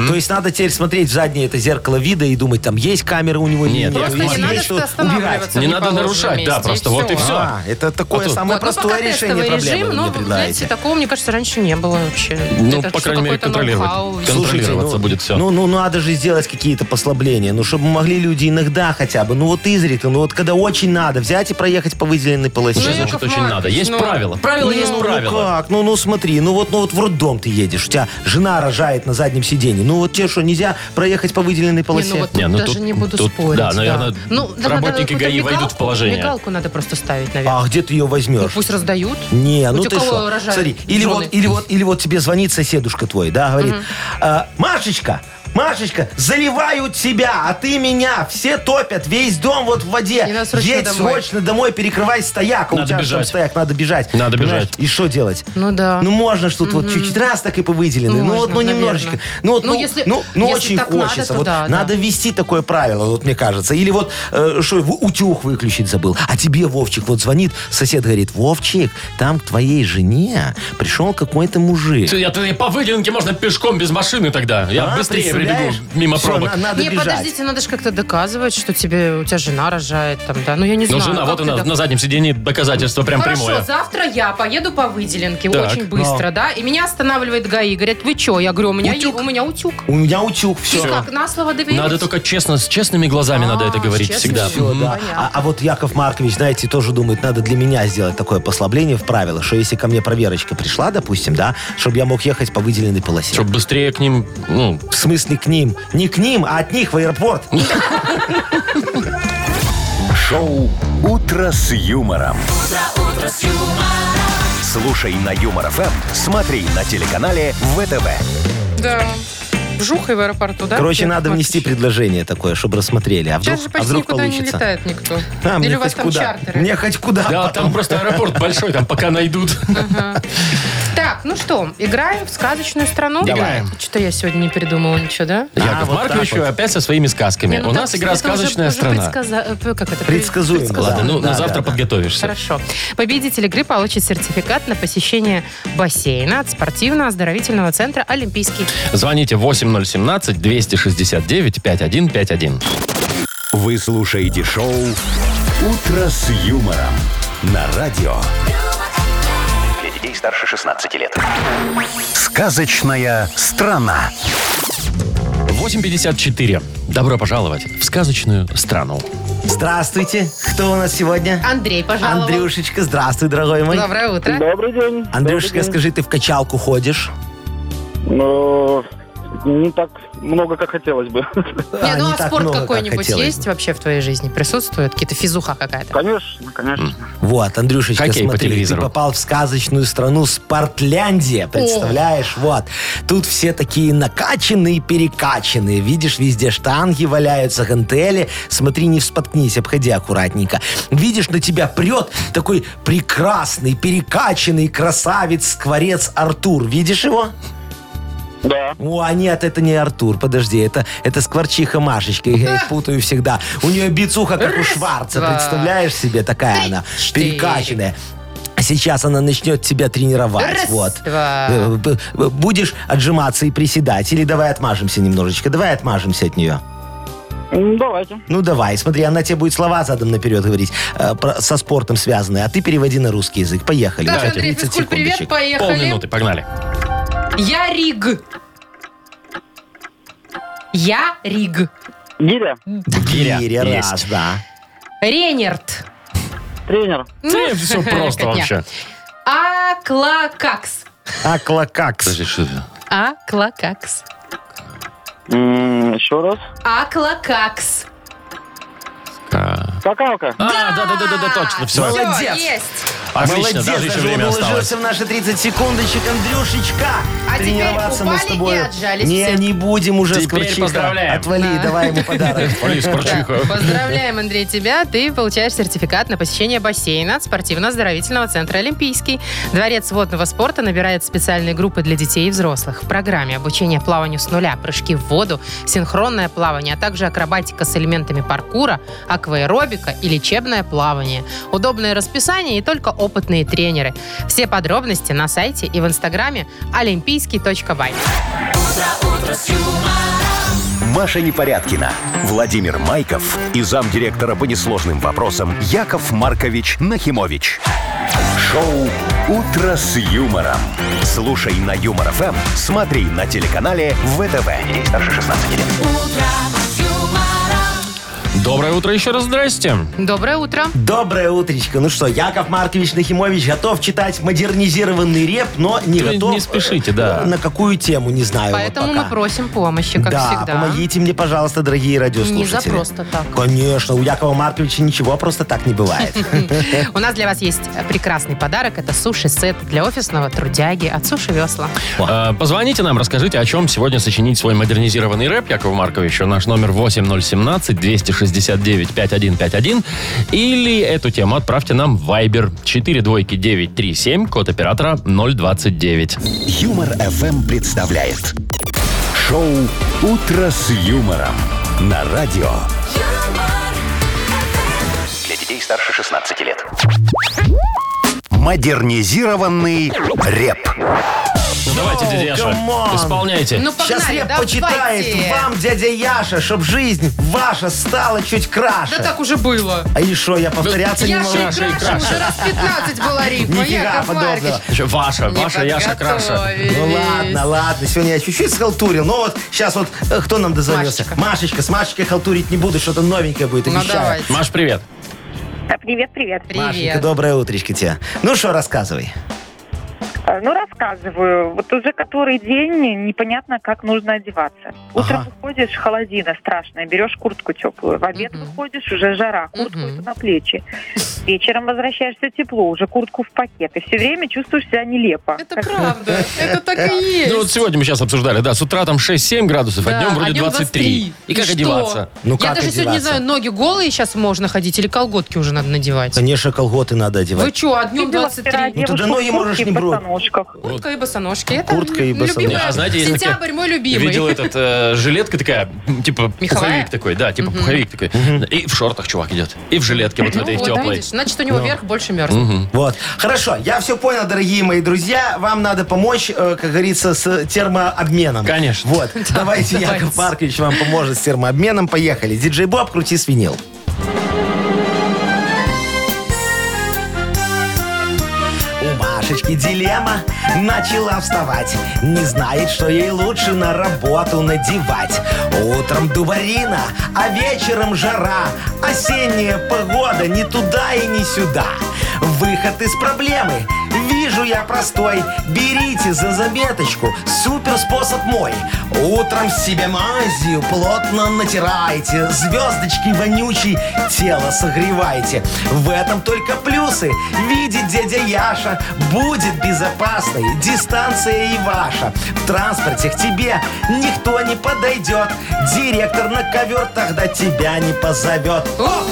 Speaker 3: То есть надо теперь смотреть в заднее это зеркало вида и думать, там есть камера у него или
Speaker 2: Нет,
Speaker 3: нет.
Speaker 2: Просто
Speaker 4: Просто
Speaker 2: не
Speaker 4: не
Speaker 2: Маша,
Speaker 4: надо
Speaker 2: есть
Speaker 4: что-то останавливаться.
Speaker 2: Не
Speaker 4: в
Speaker 2: надо
Speaker 4: неположенном
Speaker 2: нарушать, да,
Speaker 4: месте,
Speaker 2: просто вот и всё.
Speaker 3: А, это такое
Speaker 2: А то-
Speaker 3: самое
Speaker 4: Вот, ну,
Speaker 3: простое
Speaker 4: пока
Speaker 3: решение
Speaker 4: тестовый
Speaker 3: проблемы
Speaker 4: режим,
Speaker 3: вы
Speaker 4: ну,
Speaker 3: мне
Speaker 4: знаете,
Speaker 3: предлагаете.
Speaker 4: такого, мне кажется, раньше не было вообще.
Speaker 2: Ну,
Speaker 4: Это
Speaker 2: по
Speaker 4: что,
Speaker 2: крайней мере,
Speaker 4: какой-то
Speaker 2: контролировать.
Speaker 4: ноу-хау.
Speaker 2: Кон- контролироваться
Speaker 3: ну,
Speaker 2: будет всё.
Speaker 3: Ну, ну, ну, надо же сделать какие-то послабления. Ну, чтобы могли люди иногда хотя бы, ну вот изредка, ну вот когда очень надо, взять и проехать по выделенной полосе.
Speaker 2: Что
Speaker 4: Ну,
Speaker 2: значит
Speaker 4: Яков
Speaker 2: очень
Speaker 4: Маркович,
Speaker 2: надо? Есть
Speaker 4: ну.
Speaker 2: правила. Правила есть
Speaker 3: ну, Ну
Speaker 2: правила.
Speaker 3: как? Ну, ну смотри, ну вот, ну вот в роддом ты едешь, у тебя жена рожает на заднем сиденье. Ну вот тебе что, нельзя проехать по выделенной
Speaker 4: Не,
Speaker 3: полосе?
Speaker 4: ну вот
Speaker 2: Не,
Speaker 4: тут
Speaker 2: ну,
Speaker 4: даже
Speaker 2: тут-
Speaker 4: не буду
Speaker 2: тут,
Speaker 4: спорить.
Speaker 2: да, наверное,
Speaker 4: да,
Speaker 2: работники
Speaker 4: надо
Speaker 2: ГАИ
Speaker 4: какую-то
Speaker 2: войдут в
Speaker 4: мигалку-
Speaker 2: положение.
Speaker 4: Мигалку надо просто ставить, наверное.
Speaker 3: А где ты ее
Speaker 4: Ну,
Speaker 3: возьмешь?
Speaker 4: пусть раздают.
Speaker 3: Не,
Speaker 4: У
Speaker 3: ну
Speaker 4: тебя
Speaker 3: ты
Speaker 4: кого
Speaker 3: что?
Speaker 4: рожают
Speaker 3: Смотри, или
Speaker 4: жены?
Speaker 3: вот, или вот, или вот тебе звонит соседушка твой, да, говорит, «А, Машечка, Машечка, заливают тебя, а ты меня. Все топят, весь дом вот в воде.
Speaker 4: И надо срочно
Speaker 3: Едь
Speaker 4: домой.
Speaker 3: срочно домой, перекрывай стояк. А
Speaker 2: Надо
Speaker 3: у тебя же там
Speaker 2: бежать.
Speaker 3: стояк, надо бежать.
Speaker 2: Надо
Speaker 3: Понимаешь?
Speaker 2: бежать.
Speaker 3: И что делать?
Speaker 4: Ну да.
Speaker 3: Ну можно ж тут вот чуть-чуть раз так и по выделенной. Ну
Speaker 4: Можно,
Speaker 3: вот, ну
Speaker 4: наверное.
Speaker 3: немножечко. Ну вот,
Speaker 4: Ну,
Speaker 3: ну,
Speaker 4: если-
Speaker 3: ну, ну,
Speaker 4: если
Speaker 3: очень
Speaker 4: так надо,
Speaker 3: хочется.
Speaker 4: то
Speaker 3: вот
Speaker 4: да, да.
Speaker 3: надо ввести такое правило, вот мне кажется. Или вот, э, что, в- утюг выключить забыл. А тебе, Вовчик, вот звонит, сосед говорит, Вовчик, там к твоей жене пришел какой-то мужик.
Speaker 2: Я тогда и по выделенке можно пешком без машины тогда. Я
Speaker 3: А,
Speaker 2: быстрее прибегу
Speaker 3: представляешь?
Speaker 2: мимо
Speaker 3: Всё,
Speaker 2: пробок.
Speaker 3: на- надо
Speaker 4: Не,
Speaker 3: бежать.
Speaker 4: подождите, надо же как-то доказывать, что тебе, у тебя жена рожает там, да. Ну, я не
Speaker 2: Ну,
Speaker 4: знаю.
Speaker 2: жена,
Speaker 4: как
Speaker 2: вот
Speaker 4: ты
Speaker 2: она
Speaker 4: док-
Speaker 2: на заднем сидении доказательство прям
Speaker 4: Хорошо,
Speaker 2: прямое.
Speaker 4: завтра я поеду по выделенке
Speaker 2: Так. ну.
Speaker 4: очень быстро, да, и меня останавливает ГАИ, говорят, вы чё? Я говорю, у меня,
Speaker 3: Утюг.
Speaker 4: у меня утюг.
Speaker 3: У меня утюг, все.
Speaker 4: И как, на слово доверить?
Speaker 2: Надо только честно, с честными глазами надо
Speaker 4: А,
Speaker 2: это
Speaker 4: с
Speaker 2: говорить
Speaker 4: честными.
Speaker 2: всегда.
Speaker 3: Всё,
Speaker 4: Мгм.
Speaker 3: да.
Speaker 4: Понятно.
Speaker 3: А, а вот Яков Маркович, знаете, тоже думает, надо для меня сделать такое послабление в правило, что если ко мне проверочка пришла, допустим, да, чтобы я мог ехать по выделенной полосе.
Speaker 2: Чтобы быстрее к ним, ну,
Speaker 3: В смысле к ним? Не к ним, а от них в аэропорт.
Speaker 1: Шоу Утро с юмором.
Speaker 6: утро с юмором,
Speaker 1: Слушай на Юмор ФМ, смотри на телеканале ВТВ.
Speaker 4: Да. вжух и в аэропорту, да?
Speaker 3: Короче,
Speaker 4: Яков
Speaker 3: надо
Speaker 4: Маркович?
Speaker 3: внести предложение такое, чтобы рассмотрели. А вдруг,
Speaker 4: Сейчас же
Speaker 3: а
Speaker 4: почти
Speaker 3: вдруг
Speaker 4: никуда не
Speaker 3: получится?
Speaker 4: летает никто.
Speaker 3: А, мне
Speaker 4: Или у вас
Speaker 3: хоть
Speaker 4: там
Speaker 3: куда?
Speaker 4: чартеры?
Speaker 3: Мне хоть куда.
Speaker 2: Да,
Speaker 3: А потом. А,
Speaker 2: там просто аэропорт большой, там пока найдут.
Speaker 4: Так, ну что, играем в сказочную страну?
Speaker 2: Играем.
Speaker 4: Что я сегодня не придумала ничего, да?
Speaker 3: А,
Speaker 2: Яков
Speaker 3: вот
Speaker 2: Маркович
Speaker 3: так вот.
Speaker 2: опять со своими сказками.
Speaker 4: Не, ну
Speaker 2: У
Speaker 4: так
Speaker 2: нас игра
Speaker 4: это уже-
Speaker 2: «Сказочная
Speaker 4: уже
Speaker 2: страна».
Speaker 4: предсказа- э, Как это?
Speaker 3: Предсказуемо,
Speaker 4: Предсказуемо.
Speaker 3: ладно,
Speaker 2: Ну, на
Speaker 3: Да,
Speaker 2: завтра
Speaker 3: да, да.
Speaker 2: подготовишься.
Speaker 4: Хорошо. Победитель игры получит сертификат на посещение бассейна от спортивно-оздоровительного центра «Олимпийский».
Speaker 2: Звоните 8017-269-5151.
Speaker 1: Вы слушаете шоу «Утро с юмором» на радио.
Speaker 8: Для детей старше 16 лет.
Speaker 1: Сказочная страна.
Speaker 2: 8.54. Добро пожаловать в сказочную страну.
Speaker 3: Здравствуйте. Кто у нас сегодня?
Speaker 4: Андрей, пожалуйста.
Speaker 3: Андрюшечка, здравствуй, дорогой мой.
Speaker 4: Доброе утро.
Speaker 5: Добрый день.
Speaker 3: Андрюшечка, скажи, ты в качалку ходишь?
Speaker 5: Ну, не так много, как хотелось бы. <laughs>
Speaker 4: Не, ну
Speaker 3: не
Speaker 4: а
Speaker 3: так
Speaker 4: спорт
Speaker 3: много, как
Speaker 4: какой-нибудь
Speaker 3: хотелось
Speaker 4: есть вообще в твоей жизни? Присутствует? Какие-то физуха какая-то?
Speaker 5: Конечно, конечно.
Speaker 3: Вот, Андрюшечка,
Speaker 2: Хоккей по
Speaker 3: смотри,
Speaker 2: телевизору.
Speaker 3: ты попал в сказочную страну Спортляндия, представляешь? Вот. Тут все такие накачанные, перекачанные. Видишь, везде штанги валяются, гантели. Смотри, не споткнись, обходи аккуратненько. Видишь, на тебя прет такой прекрасный, перекачанный красавец-скворец Артур. Видишь его?
Speaker 5: Да.
Speaker 3: О, а нет, это не Артур, подожди, это, это скворчиха Машечка, я их путаю всегда. У нее бицуха, как у Шварца,
Speaker 4: два,
Speaker 3: представляешь себе, такая она,
Speaker 4: четыре.
Speaker 3: перекачанная. А Сейчас она начнет тебя тренировать.
Speaker 4: Раз,
Speaker 3: вот.
Speaker 4: два.
Speaker 3: Э, б- б- Будешь отжиматься и приседать. Или давай отмажемся немножечко. Давай отмажемся от нее.
Speaker 5: М, Давайте.
Speaker 3: Ну давай, смотри, она тебе будет слова задом наперед говорить, э, про- со спортом связанные, а ты переводи на русский язык. Поехали.
Speaker 4: Так,
Speaker 3: Давайте.
Speaker 4: Андрей,
Speaker 3: 30
Speaker 4: физкульт, привет,
Speaker 3: секундочек.
Speaker 4: поехали.
Speaker 2: Полминуты, погнали.
Speaker 4: Я Риг. Я Риг.
Speaker 5: Гиря,
Speaker 2: Гиря.
Speaker 3: Гиря,
Speaker 2: Есть.
Speaker 3: раз, да.
Speaker 4: Ренерт.
Speaker 5: тренер,
Speaker 2: Ну, все просто
Speaker 4: Котня.
Speaker 2: вообще.
Speaker 4: Аклакакс.
Speaker 3: Аклакакс.
Speaker 2: Подожди, что это?
Speaker 4: Аклакакс.
Speaker 5: М, еще раз.
Speaker 4: Аклакакс.
Speaker 2: А,
Speaker 5: Какалка.
Speaker 2: да-да-да-да, точно, все.
Speaker 3: Молодец.
Speaker 4: Всё, есть.
Speaker 2: Отлично, даже еще
Speaker 3: он
Speaker 2: время осталось.
Speaker 3: уложился в наши 30 секундочек, Андрюшечка.
Speaker 4: А теперь
Speaker 3: Тренироваться мы с
Speaker 4: упали и
Speaker 3: тобой.
Speaker 4: отжались
Speaker 3: не,
Speaker 4: все.
Speaker 3: не будем уже,
Speaker 2: Теперь
Speaker 3: Скворчиха.
Speaker 2: поздравляем.
Speaker 3: Отвали, давай ему
Speaker 4: <laughs>
Speaker 3: подарок.
Speaker 2: Полис, Корчиха.
Speaker 4: Так, Поздравляем, Андрей, тебя. Ты получаешь сертификат на посещение бассейна от спортивно-оздоровительного центра «Олимпийский». Дворец водного спорта набирает специальные группы для детей и взрослых. В программе обучение плаванию с нуля, прыжки в воду, синхронное плавание, а также акробатика с элементами паркура, акваэробика и лечебное плавание. Удобное расписание и только опытные тренеры. Все подробности на сайте и в инстаграме олимпийский.бай.
Speaker 1: Маша Непорядкина, Владимир Майков и замдиректора по несложным вопросам Яков Маркович Нахимович. Шоу «Утро с юмором». Слушай на Юмор ФМ, смотри на телеканале ВТВ. Ей старше 16 лет.
Speaker 2: Доброе утро еще раз, здрасте.
Speaker 4: Доброе утро.
Speaker 3: Доброе утречко. Ну что, Яков Маркович Нахимович готов читать модернизированный реп, но не
Speaker 2: Вы
Speaker 3: готов...
Speaker 2: не спешите, да.
Speaker 3: э, На какую тему, не знаю. вот
Speaker 4: Поэтому мы
Speaker 3: пока.
Speaker 4: просим помощи, как
Speaker 3: да,
Speaker 4: всегда.
Speaker 3: помогите мне, пожалуйста, дорогие радиослушатели.
Speaker 4: Не за просто так.
Speaker 3: Конечно, у Якова Марковича ничего просто так не
Speaker 4: <laughs>
Speaker 3: бывает.
Speaker 4: У нас для вас есть прекрасный подарок. Это суши-сет для офисного трудяги от Суши Весла.
Speaker 2: Э, Позвоните нам, расскажите, о чем сегодня сочинить свой модернизированный рэп, Яков Маркович. Наш номер 8017-269-5151. Или эту тему отправьте нам в Viber 42937, код оператора 029.
Speaker 1: Юмор ФМ представляет. Шоу «Утро с юмором» на радио.
Speaker 8: Для детей старше 16 лет.
Speaker 1: Модернизированный реп.
Speaker 2: Ну, давайте, дядя Яша,
Speaker 3: камон.
Speaker 2: исполняйте.
Speaker 4: Ну, погнали,
Speaker 3: Сейчас реп
Speaker 4: давайте.
Speaker 3: почитает вам, дядя Яша, чтоб жизнь ваша стала чуть краше.
Speaker 4: Да так уже было.
Speaker 3: А и шо, я повторяться не могу?
Speaker 4: Яша и
Speaker 2: Маша, и
Speaker 4: Краша уже
Speaker 2: Краша.
Speaker 4: раз 15 была рифма.
Speaker 3: Нифига
Speaker 4: Яков
Speaker 3: подобного.
Speaker 4: Маркович.
Speaker 2: Еще ваша,
Speaker 4: Не
Speaker 2: ваша Яша Краша.
Speaker 4: подготовились.
Speaker 3: Ну ладно, ладно, сегодня я чуть-чуть схалтурил, но вот сейчас вот э, кто нам дозвонился?
Speaker 4: Машечка.
Speaker 3: Машечка, с Машечкой халтурить не буду, что-то новенькое будет,
Speaker 4: Ну
Speaker 3: обещаю.
Speaker 4: давайте.
Speaker 2: Маш, привет.
Speaker 9: А, Привет, привет.
Speaker 3: Машенька,
Speaker 4: Привет.
Speaker 3: доброе утречко тебе. Ну что, рассказывай.
Speaker 9: Э, Ну, рассказываю. Вот уже который день непонятно, как нужно одеваться. Утром
Speaker 3: Ага.
Speaker 9: выходишь, холодина страшная, берешь куртку теплую. В обед
Speaker 4: Мгм.
Speaker 9: выходишь, уже жара, куртку
Speaker 4: Мгм.
Speaker 9: эту на плечи. Вечером возвращаешься тепло, уже куртку в пакет. И все время чувствуешь себя нелепо.
Speaker 4: Это правда. Это так и есть.
Speaker 2: Ну вот сегодня мы сейчас обсуждали, да, с утра там 6-7 градусов, а
Speaker 4: Да,
Speaker 2: днем вроде 23. И как
Speaker 4: что?
Speaker 2: одеваться?
Speaker 3: Ну,
Speaker 4: Я
Speaker 3: как
Speaker 4: даже сегодня не
Speaker 3: одеваться?
Speaker 4: знаю, ноги голые сейчас можно ходить или колготки уже надо надевать.
Speaker 3: Конечно, колготы надо
Speaker 4: Вы
Speaker 3: одевать.
Speaker 4: что, а днем
Speaker 9: Видела вчера
Speaker 4: 23?
Speaker 3: Ну, тогда
Speaker 9: девушку
Speaker 3: ноги
Speaker 9: в
Speaker 3: можешь
Speaker 9: куртке
Speaker 3: не
Speaker 9: и
Speaker 3: брать.
Speaker 9: босоножках.
Speaker 4: Куртка и босоножки. Это
Speaker 3: Куртка и
Speaker 4: м, любимая.
Speaker 3: босоножки.
Speaker 2: А знаете, есть такая-
Speaker 4: Сентябрь мой любимый.
Speaker 2: Видел этот э, жилетка такая, м, типа
Speaker 4: Меховая?
Speaker 2: пуховик такой, да, типа пуховик такой. И в шортах чувак идет, и в жилетке вот в
Speaker 4: Ну
Speaker 2: этой
Speaker 4: вот,
Speaker 2: теплой.
Speaker 4: видишь, значит, у
Speaker 3: Ну.
Speaker 4: него верх больше мерзнет.
Speaker 3: Вот. Хорошо, я все понял, дорогие мои друзья. Вам надо помочь, э, как говорится, с термообменом.
Speaker 2: Конечно.
Speaker 4: <laughs>
Speaker 3: Вот. Давайте
Speaker 4: давайте.
Speaker 3: Яков Маркович вам поможет с термообменом. Поехали. Диджей Боб, крути свинил. У Машечки дилемма начала вставать. Не знает, что ей лучше на работу надевать. Утром дубарина, а вечером жара. Осенняя погода ни туда и ни сюда. Выход из проблемы вижу я простой. Берите за заметочку, супер способ мой. Утром себе мазью плотно натирайте. Звездочки вонючей тело согревайте. В этом только плюсы. Видит дядя Яша, будет безопасной дистанция и ваша. В транспорте к тебе никто не подойдет. Директор на ковер тогда тебя не позовет. О!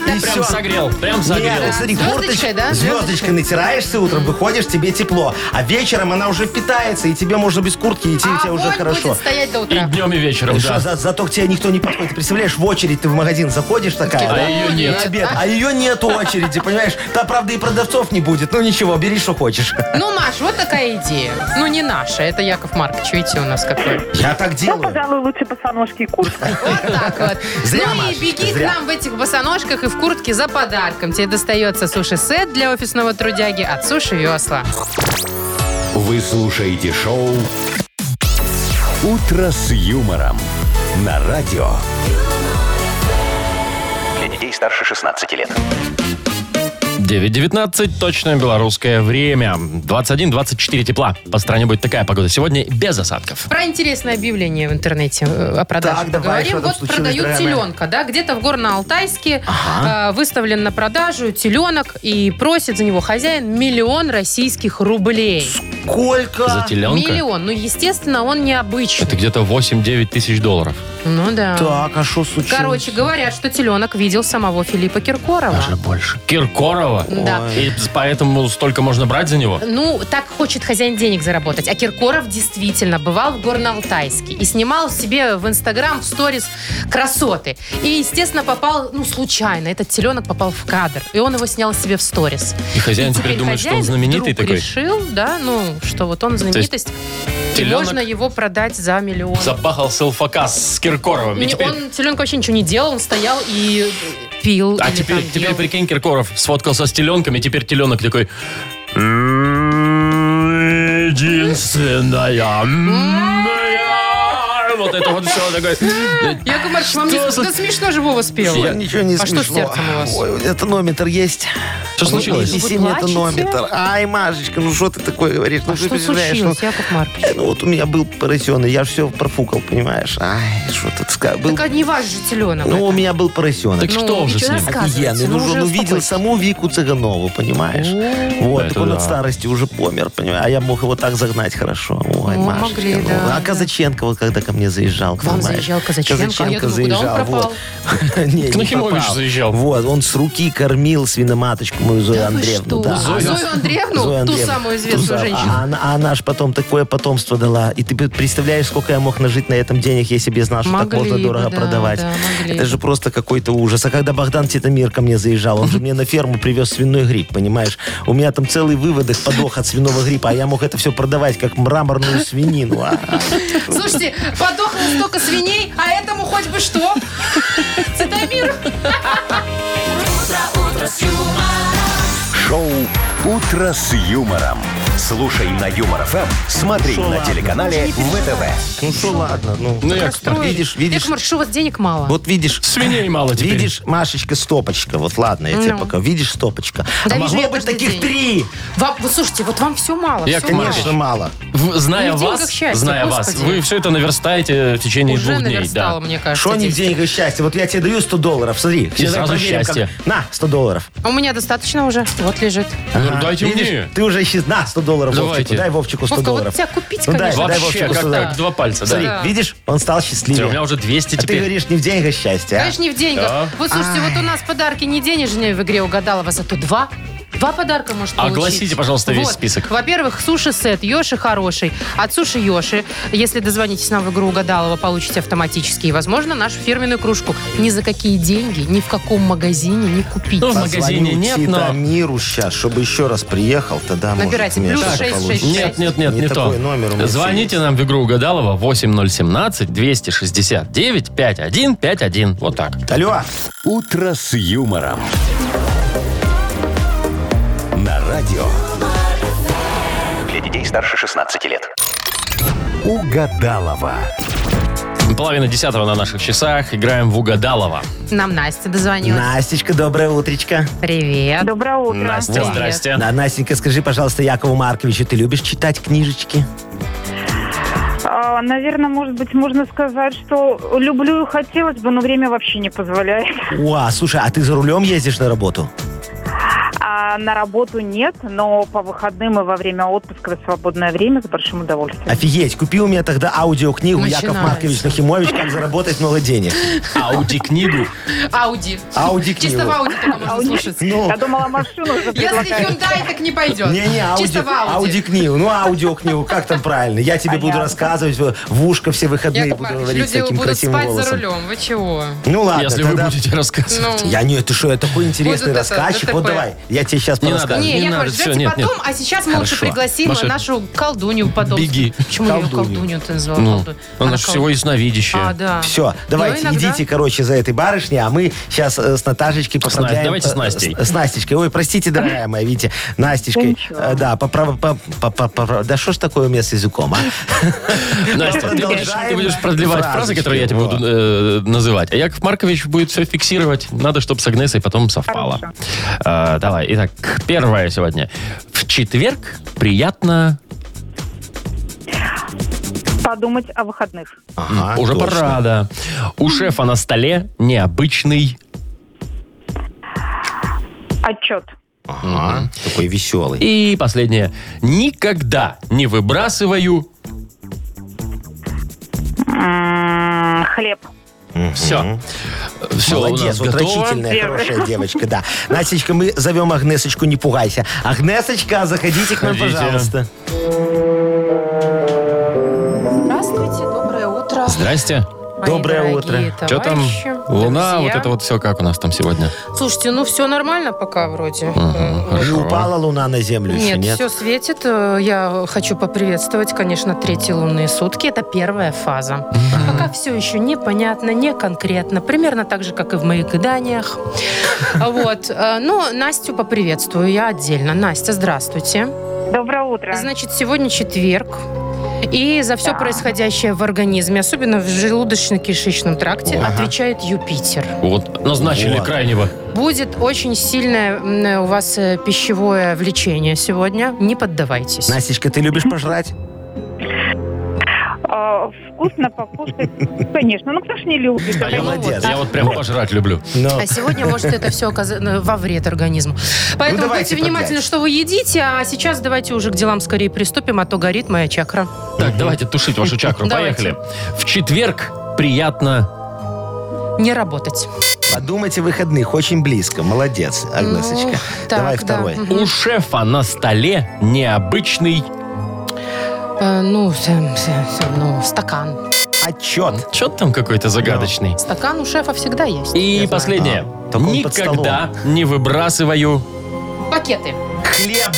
Speaker 3: И
Speaker 2: Прям
Speaker 3: всё.
Speaker 2: согрел, прям
Speaker 3: Нет,
Speaker 2: согрел.
Speaker 3: вот смотри,
Speaker 4: Звездочкой,
Speaker 3: курточка-
Speaker 4: да? Звездочкой.
Speaker 3: звездочкой натираешься утром, выходишь, тебе тепло. А вечером она уже впитается, и тебе можно без куртки идти, у тебя уже
Speaker 4: огонь
Speaker 3: хорошо.
Speaker 4: А, будет стоять до
Speaker 2: И
Speaker 4: утра.
Speaker 2: днем, и вечером,
Speaker 3: И
Speaker 2: да.
Speaker 3: что, за- зато к тебе никто не подходит. Ты представляешь, в очередь ты в магазин заходишь такая,
Speaker 2: А
Speaker 3: да?
Speaker 2: ее
Speaker 3: на
Speaker 2: нет.
Speaker 3: обед, а ее нет очереди, понимаешь? Там, правда, и продавцов не будет. Ну ничего, бери, что хочешь.
Speaker 4: Ну, Маш, вот такая идея. Ну, не наша, это Яков Маркович. Видите, у нас какой.
Speaker 3: Я так
Speaker 9: Ну,
Speaker 3: делаю.
Speaker 9: пожалуй, лучше босоножки и куртку.
Speaker 4: Вот так вот.
Speaker 3: Зря,
Speaker 4: ну и
Speaker 3: Маш,
Speaker 4: беги
Speaker 3: зря.
Speaker 4: к нам в этих босоножках и в куртке за подарком. Тебе достается суши-сет для офисного трудяги от Суши Весла.
Speaker 1: Вы слушаете шоу «Утро с юмором» на радио.
Speaker 8: Для детей старше 16 лет.
Speaker 2: 9.19, точное белорусское время. 21-24 тепла. По стране будет такая погода сегодня, без осадков.
Speaker 4: Про интересное объявление в интернете э, о продаже
Speaker 3: Так, давай,
Speaker 4: поговорим.
Speaker 3: что там
Speaker 4: вот
Speaker 3: случилось,
Speaker 4: продают
Speaker 3: дорогая моя?
Speaker 4: теленка, да, где-то в Горно-Алтайске э, выставлен на продажу теленок и просит за него хозяин миллион российских рублей.
Speaker 3: Сколько?
Speaker 2: За теленка?
Speaker 4: Э, Миллион. Ну, естественно, он необычный.
Speaker 2: Это где-то 8-9 тысяч долларов.
Speaker 4: Ну да.
Speaker 3: Так, а что случилось?
Speaker 4: Короче, говорят, что теленок видел самого Филиппа Киркорова.
Speaker 2: больше. Киркорова?
Speaker 4: Да.
Speaker 2: И поэтому столько можно брать за него?
Speaker 4: Ну, так хочет хозяин денег заработать. А Киркоров действительно бывал в Горно-Алтайске и снимал себе в Инстаграм, в сторис красоты. И, естественно, попал, ну, случайно, этот теленок попал в кадр. И он его снял себе в сторис.
Speaker 2: И хозяин теперь думает, что он знаменитый
Speaker 4: вдруг
Speaker 2: такой?
Speaker 4: решил, да, ну, что вот он знаменитость. и
Speaker 2: теленок-
Speaker 4: можно его продать за миллион.
Speaker 2: Забахал селфакас с Киркоровым. И
Speaker 4: Не,
Speaker 2: теперь... А
Speaker 4: Он, теленок вообще ничего не делал, он стоял и пил.
Speaker 2: А
Speaker 4: или
Speaker 2: теперь,
Speaker 4: там
Speaker 2: теперь
Speaker 4: ел.
Speaker 2: прикинь, Киркоров сфоткался с теленком, и теперь теленок такой... Единственная моя». Вот это вот все такое.
Speaker 4: Яков Маркович, вам не
Speaker 2: Что
Speaker 4: с-
Speaker 2: за-
Speaker 4: да смешно же Вова спел.
Speaker 3: Ой, ничего не
Speaker 4: А что
Speaker 3: смешно.
Speaker 4: с сердцем у вас?
Speaker 3: Ой, это нометр есть.
Speaker 2: Что случилось?
Speaker 4: Вы
Speaker 3: Неси мне это
Speaker 4: плачете?
Speaker 3: нометр. Ай, Машечка, ну что ты такое говоришь? Ну,
Speaker 4: А
Speaker 3: ты
Speaker 4: что
Speaker 3: представляешь, ну,
Speaker 4: случилось, Яков Маркович?
Speaker 3: Э, Ну вот у меня был поросенок, я все профукал, понимаешь? Ай, что тут сказать? Был...
Speaker 4: Так а не ваш же теленок.
Speaker 3: Ну, у меня был поросенок.
Speaker 2: Так что уже с
Speaker 4: ничего
Speaker 2: ним?
Speaker 4: рассказывайте,
Speaker 3: Офигенный. Ну,
Speaker 4: ну,
Speaker 3: уже
Speaker 4: уже
Speaker 3: он увидел
Speaker 4: успокойтесь.
Speaker 3: саму Вику Цыганову, понимаешь? Вот,
Speaker 2: Это
Speaker 3: так он
Speaker 2: да.
Speaker 3: от старости уже помер, понимаешь? А я мог его так загнать хорошо. Ой,
Speaker 4: Ну,
Speaker 3: Машечка,
Speaker 4: могли,
Speaker 3: ну.
Speaker 4: да, да.
Speaker 3: А Казаченко вот когда ко мне заезжал,
Speaker 4: К вам
Speaker 3: понимаешь?
Speaker 4: заезжал Казаченко? А я думаю, куда он
Speaker 3: заезжал,
Speaker 4: пропал?
Speaker 3: вот. <laughs> Не,
Speaker 2: К
Speaker 3: не
Speaker 2: Нахимовичу
Speaker 3: пропал.
Speaker 2: заезжал.
Speaker 3: Вот, он с руки кормил свиноматочку мою Зою
Speaker 4: Да вы что?
Speaker 3: Андреевну. да.
Speaker 4: Зою Зою Андреевну?
Speaker 3: Зою
Speaker 4: Ту
Speaker 3: Андреевну.
Speaker 4: самую известную
Speaker 3: Ту самую.
Speaker 4: женщину.
Speaker 3: А она, а она ж потом такое потомство дала. И ты представляешь, сколько я мог нажить на этом денег, если бы я знал, что
Speaker 4: Могли
Speaker 3: так можно
Speaker 4: бы,
Speaker 3: дорого
Speaker 4: да,
Speaker 3: продавать.
Speaker 4: да, могли
Speaker 3: Это же просто какой-то ужас. А когда Богдан Титамир ко мне заезжал, он же мне на ферму привез свиной гриб, понимаешь? У меня там целый выводок подох от свиного гриппа, а я мог это все продавать как мраморную свинину. А,
Speaker 4: Слушайте, подохло столько свиней, а этому хоть бы что? Цитамир.
Speaker 1: Шоу «Утро с юмором» Слушай на Юмор ФМ, смотри на телеканале ВТВ.
Speaker 3: Ну что, ладно. Ну,
Speaker 2: Ну, Яков
Speaker 3: Яков Марк,
Speaker 4: Расстроили.
Speaker 3: видишь, видишь.
Speaker 4: Яков Маркович, что у вас денег мало?
Speaker 3: Вот видишь.
Speaker 2: Свиней мало теперь.
Speaker 3: Видишь, Машечка, стопочка. Вот ладно, я тебе
Speaker 4: Ну.
Speaker 3: пока. Видишь, стопочка.
Speaker 4: Да
Speaker 3: а
Speaker 4: вижу я
Speaker 3: могло быть
Speaker 4: каждый
Speaker 3: таких
Speaker 4: день.
Speaker 3: три.
Speaker 4: Вам- вот слушайте, вот вам все мало.
Speaker 2: Яков
Speaker 4: всё мало.
Speaker 2: Маркович,
Speaker 3: Конечно, мало.
Speaker 2: В- зная
Speaker 4: Ну, в деньгах
Speaker 2: вас,
Speaker 4: счастье,
Speaker 2: зная вас,
Speaker 4: господи.
Speaker 2: вы все это наверстаете в течение
Speaker 4: Уже
Speaker 2: двух дней.
Speaker 4: наверстала,
Speaker 2: Да.
Speaker 4: мне кажется.
Speaker 3: Что они в
Speaker 4: действие.
Speaker 3: деньгах счастья? Вот я тебе даю 100 долларов, смотри. Сейчас
Speaker 2: сразу
Speaker 3: проверим,
Speaker 2: счастье.
Speaker 3: как- На, 100 долларов.
Speaker 4: У меня достаточно уже. Вот лежит.
Speaker 2: Ну,
Speaker 3: Ага,
Speaker 2: дайте
Speaker 3: видишь,
Speaker 2: мне.
Speaker 3: Ты уже исчез. На, 100 долларов
Speaker 2: Давайте.
Speaker 3: Вовчику. Дай Вовчику 100
Speaker 4: Вовка, вот
Speaker 3: долларов.
Speaker 4: тебя купить,
Speaker 3: Ну, дай,
Speaker 4: конечно.
Speaker 2: Вообще,
Speaker 3: дай Вовчику
Speaker 2: как
Speaker 3: 100
Speaker 2: так,
Speaker 3: долларов.
Speaker 2: два пальца,
Speaker 3: Смотри,
Speaker 2: да.
Speaker 4: Да.
Speaker 3: видишь, он стал
Speaker 2: Смотри,
Speaker 3: счастливее.
Speaker 2: у меня уже 200
Speaker 3: а ты
Speaker 2: теперь.
Speaker 3: говоришь, не в деньгах счастье, а?
Speaker 4: Конечно, не в деньгах.
Speaker 2: Да.
Speaker 4: Вот слушайте, вот у нас подарки не денежные в игре угадалова, зато два. Два подарка может получить.
Speaker 2: Огласите, пожалуйста, весь список.
Speaker 4: Во-первых, суши-сет Йоши хороший. От суши Йоши, если дозвонитесь нам в игру угадалова, получите автоматически. И, возможно, нашу фирменную кружку. Ни за какие деньги, ни в каком магазине не купить.
Speaker 2: Ну, в
Speaker 3: Позвоню
Speaker 2: магазине нет, но-
Speaker 3: Титамиру сейчас, чтобы еще раз приехал, тогда
Speaker 4: Набирайте
Speaker 3: может,
Speaker 4: плюс
Speaker 3: мне
Speaker 4: шесть,
Speaker 3: получится.
Speaker 4: шесть,
Speaker 2: Нет, нет, нет, не,
Speaker 3: Не
Speaker 2: то.
Speaker 3: такой номер у меня
Speaker 2: Звоните
Speaker 3: еще
Speaker 2: нам в игру Угадалова 8017-269-5151. Вот так.
Speaker 3: Алло,
Speaker 1: Утро с юмором. На радио
Speaker 8: Для детей старше 16 лет.
Speaker 1: Угадалова.
Speaker 2: Половина десятого на наших часах. Играем в Угадалова.
Speaker 4: Нам Настя дозвонилась.
Speaker 3: Настечка, доброе утречко.
Speaker 4: Привет.
Speaker 9: Доброе утро.
Speaker 2: Настя,
Speaker 4: Привет.
Speaker 2: здрасте.
Speaker 3: Да, Настенька, скажи, пожалуйста, Якову Марковичу, ты любишь читать книжечки?
Speaker 9: А, наверное, может быть, можно сказать, что люблю и хотелось бы, но время вообще не позволяет.
Speaker 3: Уа, слушай, а ты за рулем ездишь на работу?
Speaker 9: А на работу нет, но по выходным и во время отпуска в свободное время с большим удовольствием.
Speaker 3: Офигеть, купи у меня тогда аудиокнигу Яков
Speaker 4: Начинается.
Speaker 3: Маркович Нахимович «Как заработать много денег».
Speaker 2: Ауди книгу.
Speaker 4: Ауди.
Speaker 3: Ауди
Speaker 4: Чисто в
Speaker 3: книгу.
Speaker 4: Ауди только можно слушать.
Speaker 3: Ну,
Speaker 9: Я думала, машину
Speaker 4: Если
Speaker 9: уже предлагают.
Speaker 4: Hyundai, так не пойдет.
Speaker 3: Не-не, ауди,
Speaker 4: Чисто в Ауди.
Speaker 3: аудиокнигу. Ну, аудиокнигу, как там правильно? Я тебе буду рассказывать в ушко все выходные,
Speaker 4: Яков
Speaker 3: буду
Speaker 4: Маркович,
Speaker 3: говорить
Speaker 4: люди
Speaker 3: таким
Speaker 4: будут
Speaker 3: красивым
Speaker 4: спать за
Speaker 3: голосом.
Speaker 4: рулем. Вы чего?
Speaker 3: Ну ладно,
Speaker 2: Если вы
Speaker 3: тогда...
Speaker 2: будете рассказывать.
Speaker 4: Ну.
Speaker 3: Я не, ты что, я такой интересный
Speaker 4: это,
Speaker 3: рассказчик. Вот
Speaker 4: ДТП.
Speaker 3: давай, я тебе сейчас
Speaker 2: Не
Speaker 3: порасскажу.
Speaker 2: надо.
Speaker 4: Не, я
Speaker 2: надо,
Speaker 4: Маркович,
Speaker 2: всё,
Speaker 4: давайте
Speaker 2: нет,
Speaker 4: потом,
Speaker 2: нет.
Speaker 4: а сейчас мы лучше
Speaker 2: Хорошо.
Speaker 4: пригласим
Speaker 2: Маша,
Speaker 4: нашу колдунью потом.
Speaker 2: беги.
Speaker 4: Почему я ее
Speaker 3: Колдунью.
Speaker 4: колдунью ты назвала?
Speaker 2: Ну,
Speaker 4: Колдун-
Speaker 2: она
Speaker 4: Она
Speaker 2: же
Speaker 4: кол-
Speaker 2: всего ясновидящая.
Speaker 4: А, да.
Speaker 3: Все, давайте,
Speaker 4: Ну, иногда.
Speaker 3: идите, короче, за этой барышней, а мы сейчас с Наташечкой поправляем...
Speaker 2: давайте с
Speaker 3: э,
Speaker 2: Настей.
Speaker 3: С, с Настечкой. Ой, простите, дорогая моя, видите, Настечкой. Э, Да, поправ... по- по- по- по- Да что ж такое у меня с языком, а?
Speaker 2: Настя, ты будешь,
Speaker 3: Продолжаем
Speaker 2: ты будешь продлевать фразы,
Speaker 3: фразочки,
Speaker 2: которые я тебе
Speaker 3: вот.
Speaker 2: буду э, называть. А Яков Маркович будет все фиксировать. Надо, чтобы с Агнесой потом совпало. А, давай. Итак, первое сегодня. В четверг приятно...
Speaker 9: Подумать о выходных.
Speaker 3: Ага,
Speaker 2: Уже
Speaker 3: А, точно.
Speaker 2: пора, да. У шефа на столе необычный...
Speaker 9: Отчет.
Speaker 3: Ага, такой веселый.
Speaker 2: А? И последнее. Никогда не выбрасываю...
Speaker 9: М, М-м, Хлеб.
Speaker 2: Все. Все у нас
Speaker 3: Молодец, вот
Speaker 2: готово.
Speaker 3: рачительная, хорошая девочка, да. Настечка, мы зовем Агнесочку, не пугайся. Агнесочка, заходите к нам,
Speaker 2: Заходите.
Speaker 3: пожалуйста.
Speaker 4: Здравствуйте, доброе утро.
Speaker 2: Здрасте.
Speaker 4: мои
Speaker 3: Доброе
Speaker 4: дорогие
Speaker 3: утро.
Speaker 2: Что там?
Speaker 4: товарищи,
Speaker 2: Луна,
Speaker 4: друзья.
Speaker 2: вот это вот все как у нас там сегодня?
Speaker 4: Слушайте, ну все нормально пока вроде. Э,
Speaker 3: Не
Speaker 2: Хорошо.
Speaker 3: упала луна на землю еще,
Speaker 4: Нет,
Speaker 3: нет?
Speaker 4: все светит. Э, Я хочу поприветствовать, конечно, третьи лунные сутки. Это первая фаза. Пока все еще непонятно, не конкретно. Примерно так же, как и в моих
Speaker 3: <laughs>
Speaker 4: гаданиях. Вот. Э, Ну, Настю поприветствую я отдельно. Настя, здравствуйте.
Speaker 9: Доброе утро.
Speaker 4: Значит, сегодня четверг. И за все происходящее в организме, особенно в желудочно-кишечном тракте,
Speaker 3: Ага.
Speaker 4: отвечает Юпитер.
Speaker 2: Вот, назначили
Speaker 3: Вот.
Speaker 2: крайнего.
Speaker 4: Будет очень сильное м, у вас э, пищевое влечение сегодня. Не поддавайтесь.
Speaker 3: Настечка, ты любишь пожрать?
Speaker 9: А, Вкусно покушать. Конечно, ну кто ж не любит.
Speaker 2: А я,
Speaker 9: Ну,
Speaker 3: молодец.
Speaker 2: я вот прям пожрать люблю.
Speaker 3: Ну,
Speaker 4: А сегодня может это все оказаться во вред организму. Поэтому
Speaker 3: Ну, давайте
Speaker 4: будьте внимательны,
Speaker 3: поглядь.
Speaker 4: что вы едите, а сейчас давайте уже к делам скорее приступим, а то горит моя чакра.
Speaker 2: Так, давайте тушить
Speaker 4: <laughs>
Speaker 2: вашу чакру.
Speaker 4: Давайте.
Speaker 2: Поехали. В четверг приятно...
Speaker 4: Не работать.
Speaker 3: подумайте о выходных, очень близко. Молодец, Агнесочка.
Speaker 4: Ну, так,
Speaker 3: Давай
Speaker 4: да.
Speaker 3: второй.
Speaker 4: Мгм.
Speaker 2: У шефа на столе необычный...
Speaker 4: Э, Ну, с- с- с- ну, стакан.
Speaker 3: Отчет.
Speaker 2: Что там какой-то загадочный?
Speaker 4: Стакан у шефа всегда есть.
Speaker 2: И
Speaker 4: Я знаю.
Speaker 2: последнее.
Speaker 3: А, так он под
Speaker 2: Никогда
Speaker 3: столом.
Speaker 2: не выбрасываю...
Speaker 4: Пакеты.
Speaker 3: Хлеб.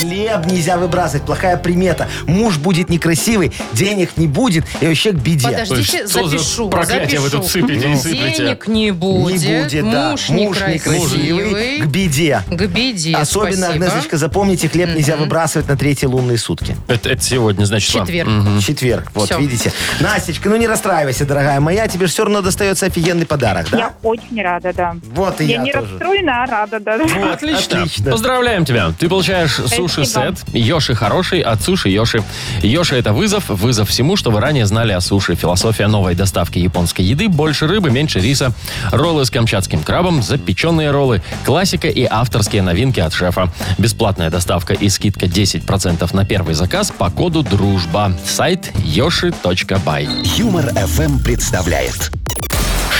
Speaker 3: хлеб нельзя выбрасывать. Плохая примета. Муж будет некрасивый, денег не будет, и вообще к беде.
Speaker 2: Ой,
Speaker 4: Подождите,
Speaker 2: что за
Speaker 4: запишу.
Speaker 2: проклятие вы
Speaker 4: запишу.
Speaker 2: тут сыпете и сыплете?
Speaker 4: Денег не будет.
Speaker 3: не будет, да.
Speaker 4: муж, некрасивый.
Speaker 3: к беде.
Speaker 4: К беде.
Speaker 3: Особенно,
Speaker 4: спасибо.
Speaker 3: Агнесочка, запомните, хлеб нельзя выбрасывать на третьи лунные сутки.
Speaker 2: Это, это сегодня, значит, вам.
Speaker 4: Четверг.
Speaker 2: М.
Speaker 3: Четверг, вот,
Speaker 4: Всё.
Speaker 3: видите. Настечка, ну не расстраивайся, дорогая моя, тебе же все равно достается офигенный подарок, да?
Speaker 9: Я очень рада, да.
Speaker 3: Вот и я,
Speaker 9: я не
Speaker 3: тоже.
Speaker 9: расстроена, а рада даже.
Speaker 2: Отлично.
Speaker 3: отлично.
Speaker 2: Поздравляем тебя. Ты получаешь суши-сет Йоши хороший от суши Йоши. Йоши – это вызов, вызов всему, что вы ранее знали о суши. Философия новой доставки японской еды – больше рыбы, меньше риса. Роллы с камчатским крабом, запеченные роллы, классика и авторские новинки от шефа. Бесплатная доставка и скидка 10% на первый заказ по коду «Дружба». Сайт yoshi.by.
Speaker 1: Юмор FM представляет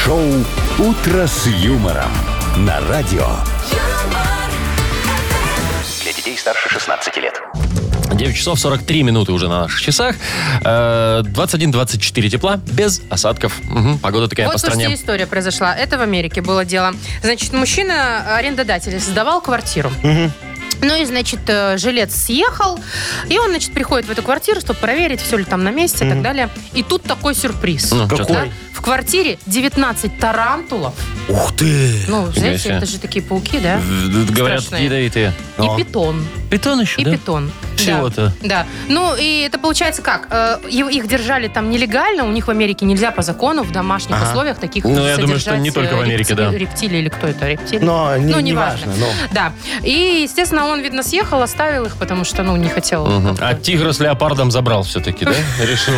Speaker 1: шоу Утро с юмором на радио.
Speaker 6: юмор,
Speaker 8: Для детей старше 16 лет.
Speaker 2: 9 часов 43 минуты уже на наших часах. Э, 21-24 тепла, без осадков. Мгм, Погода такая по
Speaker 4: Вот, слушайте,
Speaker 2: стране.
Speaker 4: история произошла. Это в Америке было дело. Значит, мужчина, э, арендодатель, сдавал квартиру. Ну и, значит, э, жилец съехал, и он, значит, приходит в эту квартиру, чтобы проверить, все ли там на месте и так далее. И тут такой сюрприз.
Speaker 2: Ну,
Speaker 3: Какой?
Speaker 2: чё-то.
Speaker 4: Да? В квартире 19 тарантулов.
Speaker 3: Ух ты!
Speaker 4: Ну, знаете,
Speaker 2: себе.
Speaker 4: это же такие пауки, да?
Speaker 2: В- Говорят,
Speaker 4: Страшные.
Speaker 2: ядовитые.
Speaker 3: Но.
Speaker 4: И питон.
Speaker 2: Питон еще,
Speaker 4: И
Speaker 2: да?
Speaker 4: питон.
Speaker 2: Всего-то.
Speaker 4: Да. да. Ну, и это получается как? Э, и- Их держали там нелегально, у них в Америке нельзя по закону в домашних
Speaker 3: Ага.
Speaker 4: условиях таких
Speaker 2: Ну, я думаю, что
Speaker 4: содержать,
Speaker 2: не только в
Speaker 4: э,
Speaker 2: Америке,
Speaker 4: репти-
Speaker 2: да.
Speaker 4: Рептилии или кто это? Рептилии?
Speaker 3: Но не,
Speaker 4: ну,
Speaker 3: не
Speaker 4: неважно.
Speaker 3: важно. но.
Speaker 4: Да. И, естественно, он, видно, съехал, оставил их, потому что, ну, не хотел.
Speaker 2: Мгм.
Speaker 4: как-то.
Speaker 2: А тигра с леопардом забрал все-таки, да?
Speaker 4: <laughs>
Speaker 2: Решил.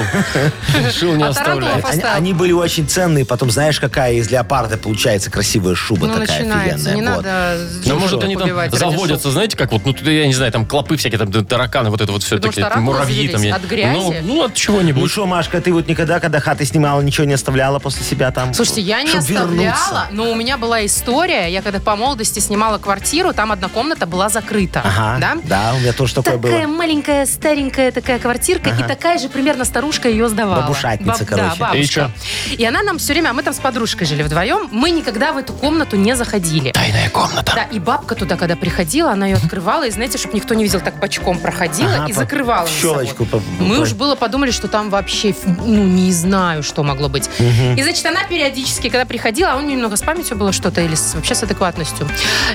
Speaker 2: Решил не
Speaker 4: А
Speaker 2: оставлять.
Speaker 4: тарантула
Speaker 3: Они,
Speaker 4: Поставил.
Speaker 3: они были очень ценные, потом знаешь, какая из леопарда получается красивая шуба
Speaker 4: Ну,
Speaker 3: такая
Speaker 4: начинается.
Speaker 3: офигенная.
Speaker 4: Не
Speaker 3: Вот.
Speaker 4: надо
Speaker 2: Ну, может, они там
Speaker 4: убивать ради
Speaker 2: заводятся, знаете, как вот, ну, туда, я не знаю, там клопы всякие, там тараканы, вот это вот все
Speaker 4: Потому
Speaker 2: такие,
Speaker 4: что тараканы
Speaker 2: муравьи там. я-
Speaker 4: завелись от грязи.
Speaker 2: Ну, ну, от
Speaker 3: Ну
Speaker 2: чего-нибудь.
Speaker 3: что, Машка, ты вот никогда, когда хаты снимала, ничего не оставляла после себя там?
Speaker 4: Слушайте, я не
Speaker 3: Чтоб
Speaker 4: оставляла,
Speaker 3: вернуться.
Speaker 4: но у меня была история. Я когда по молодости снимала квартиру, там одна комната была закрыта.
Speaker 3: Ага,
Speaker 4: да?
Speaker 3: да? у меня тоже такое было.
Speaker 4: Такая маленькая, старенькая такая квартирка, и такая же примерно старушка ее сдавала.
Speaker 3: Бабушатница,
Speaker 4: Да,
Speaker 3: короче.
Speaker 2: И
Speaker 4: бабушка. И она нам все время, а мы там с подружкой жили вдвоем, мы никогда в эту комнату не заходили.
Speaker 2: Тайная комната.
Speaker 4: Да, и бабка туда, когда приходила, она ее открывала, и, знаете, чтобы никто не видел, так бочком проходила
Speaker 3: Ага,
Speaker 4: и
Speaker 3: по-
Speaker 4: закрывала.
Speaker 3: в
Speaker 4: на собой.
Speaker 3: щелочку по-
Speaker 4: Мы
Speaker 3: по-
Speaker 4: уж было подумали, что там вообще, ф- ну, не знаю, что могло быть. И, значит, она периодически, когда приходила, а у нее немного с памятью было что-то или с- вообще с адекватностью,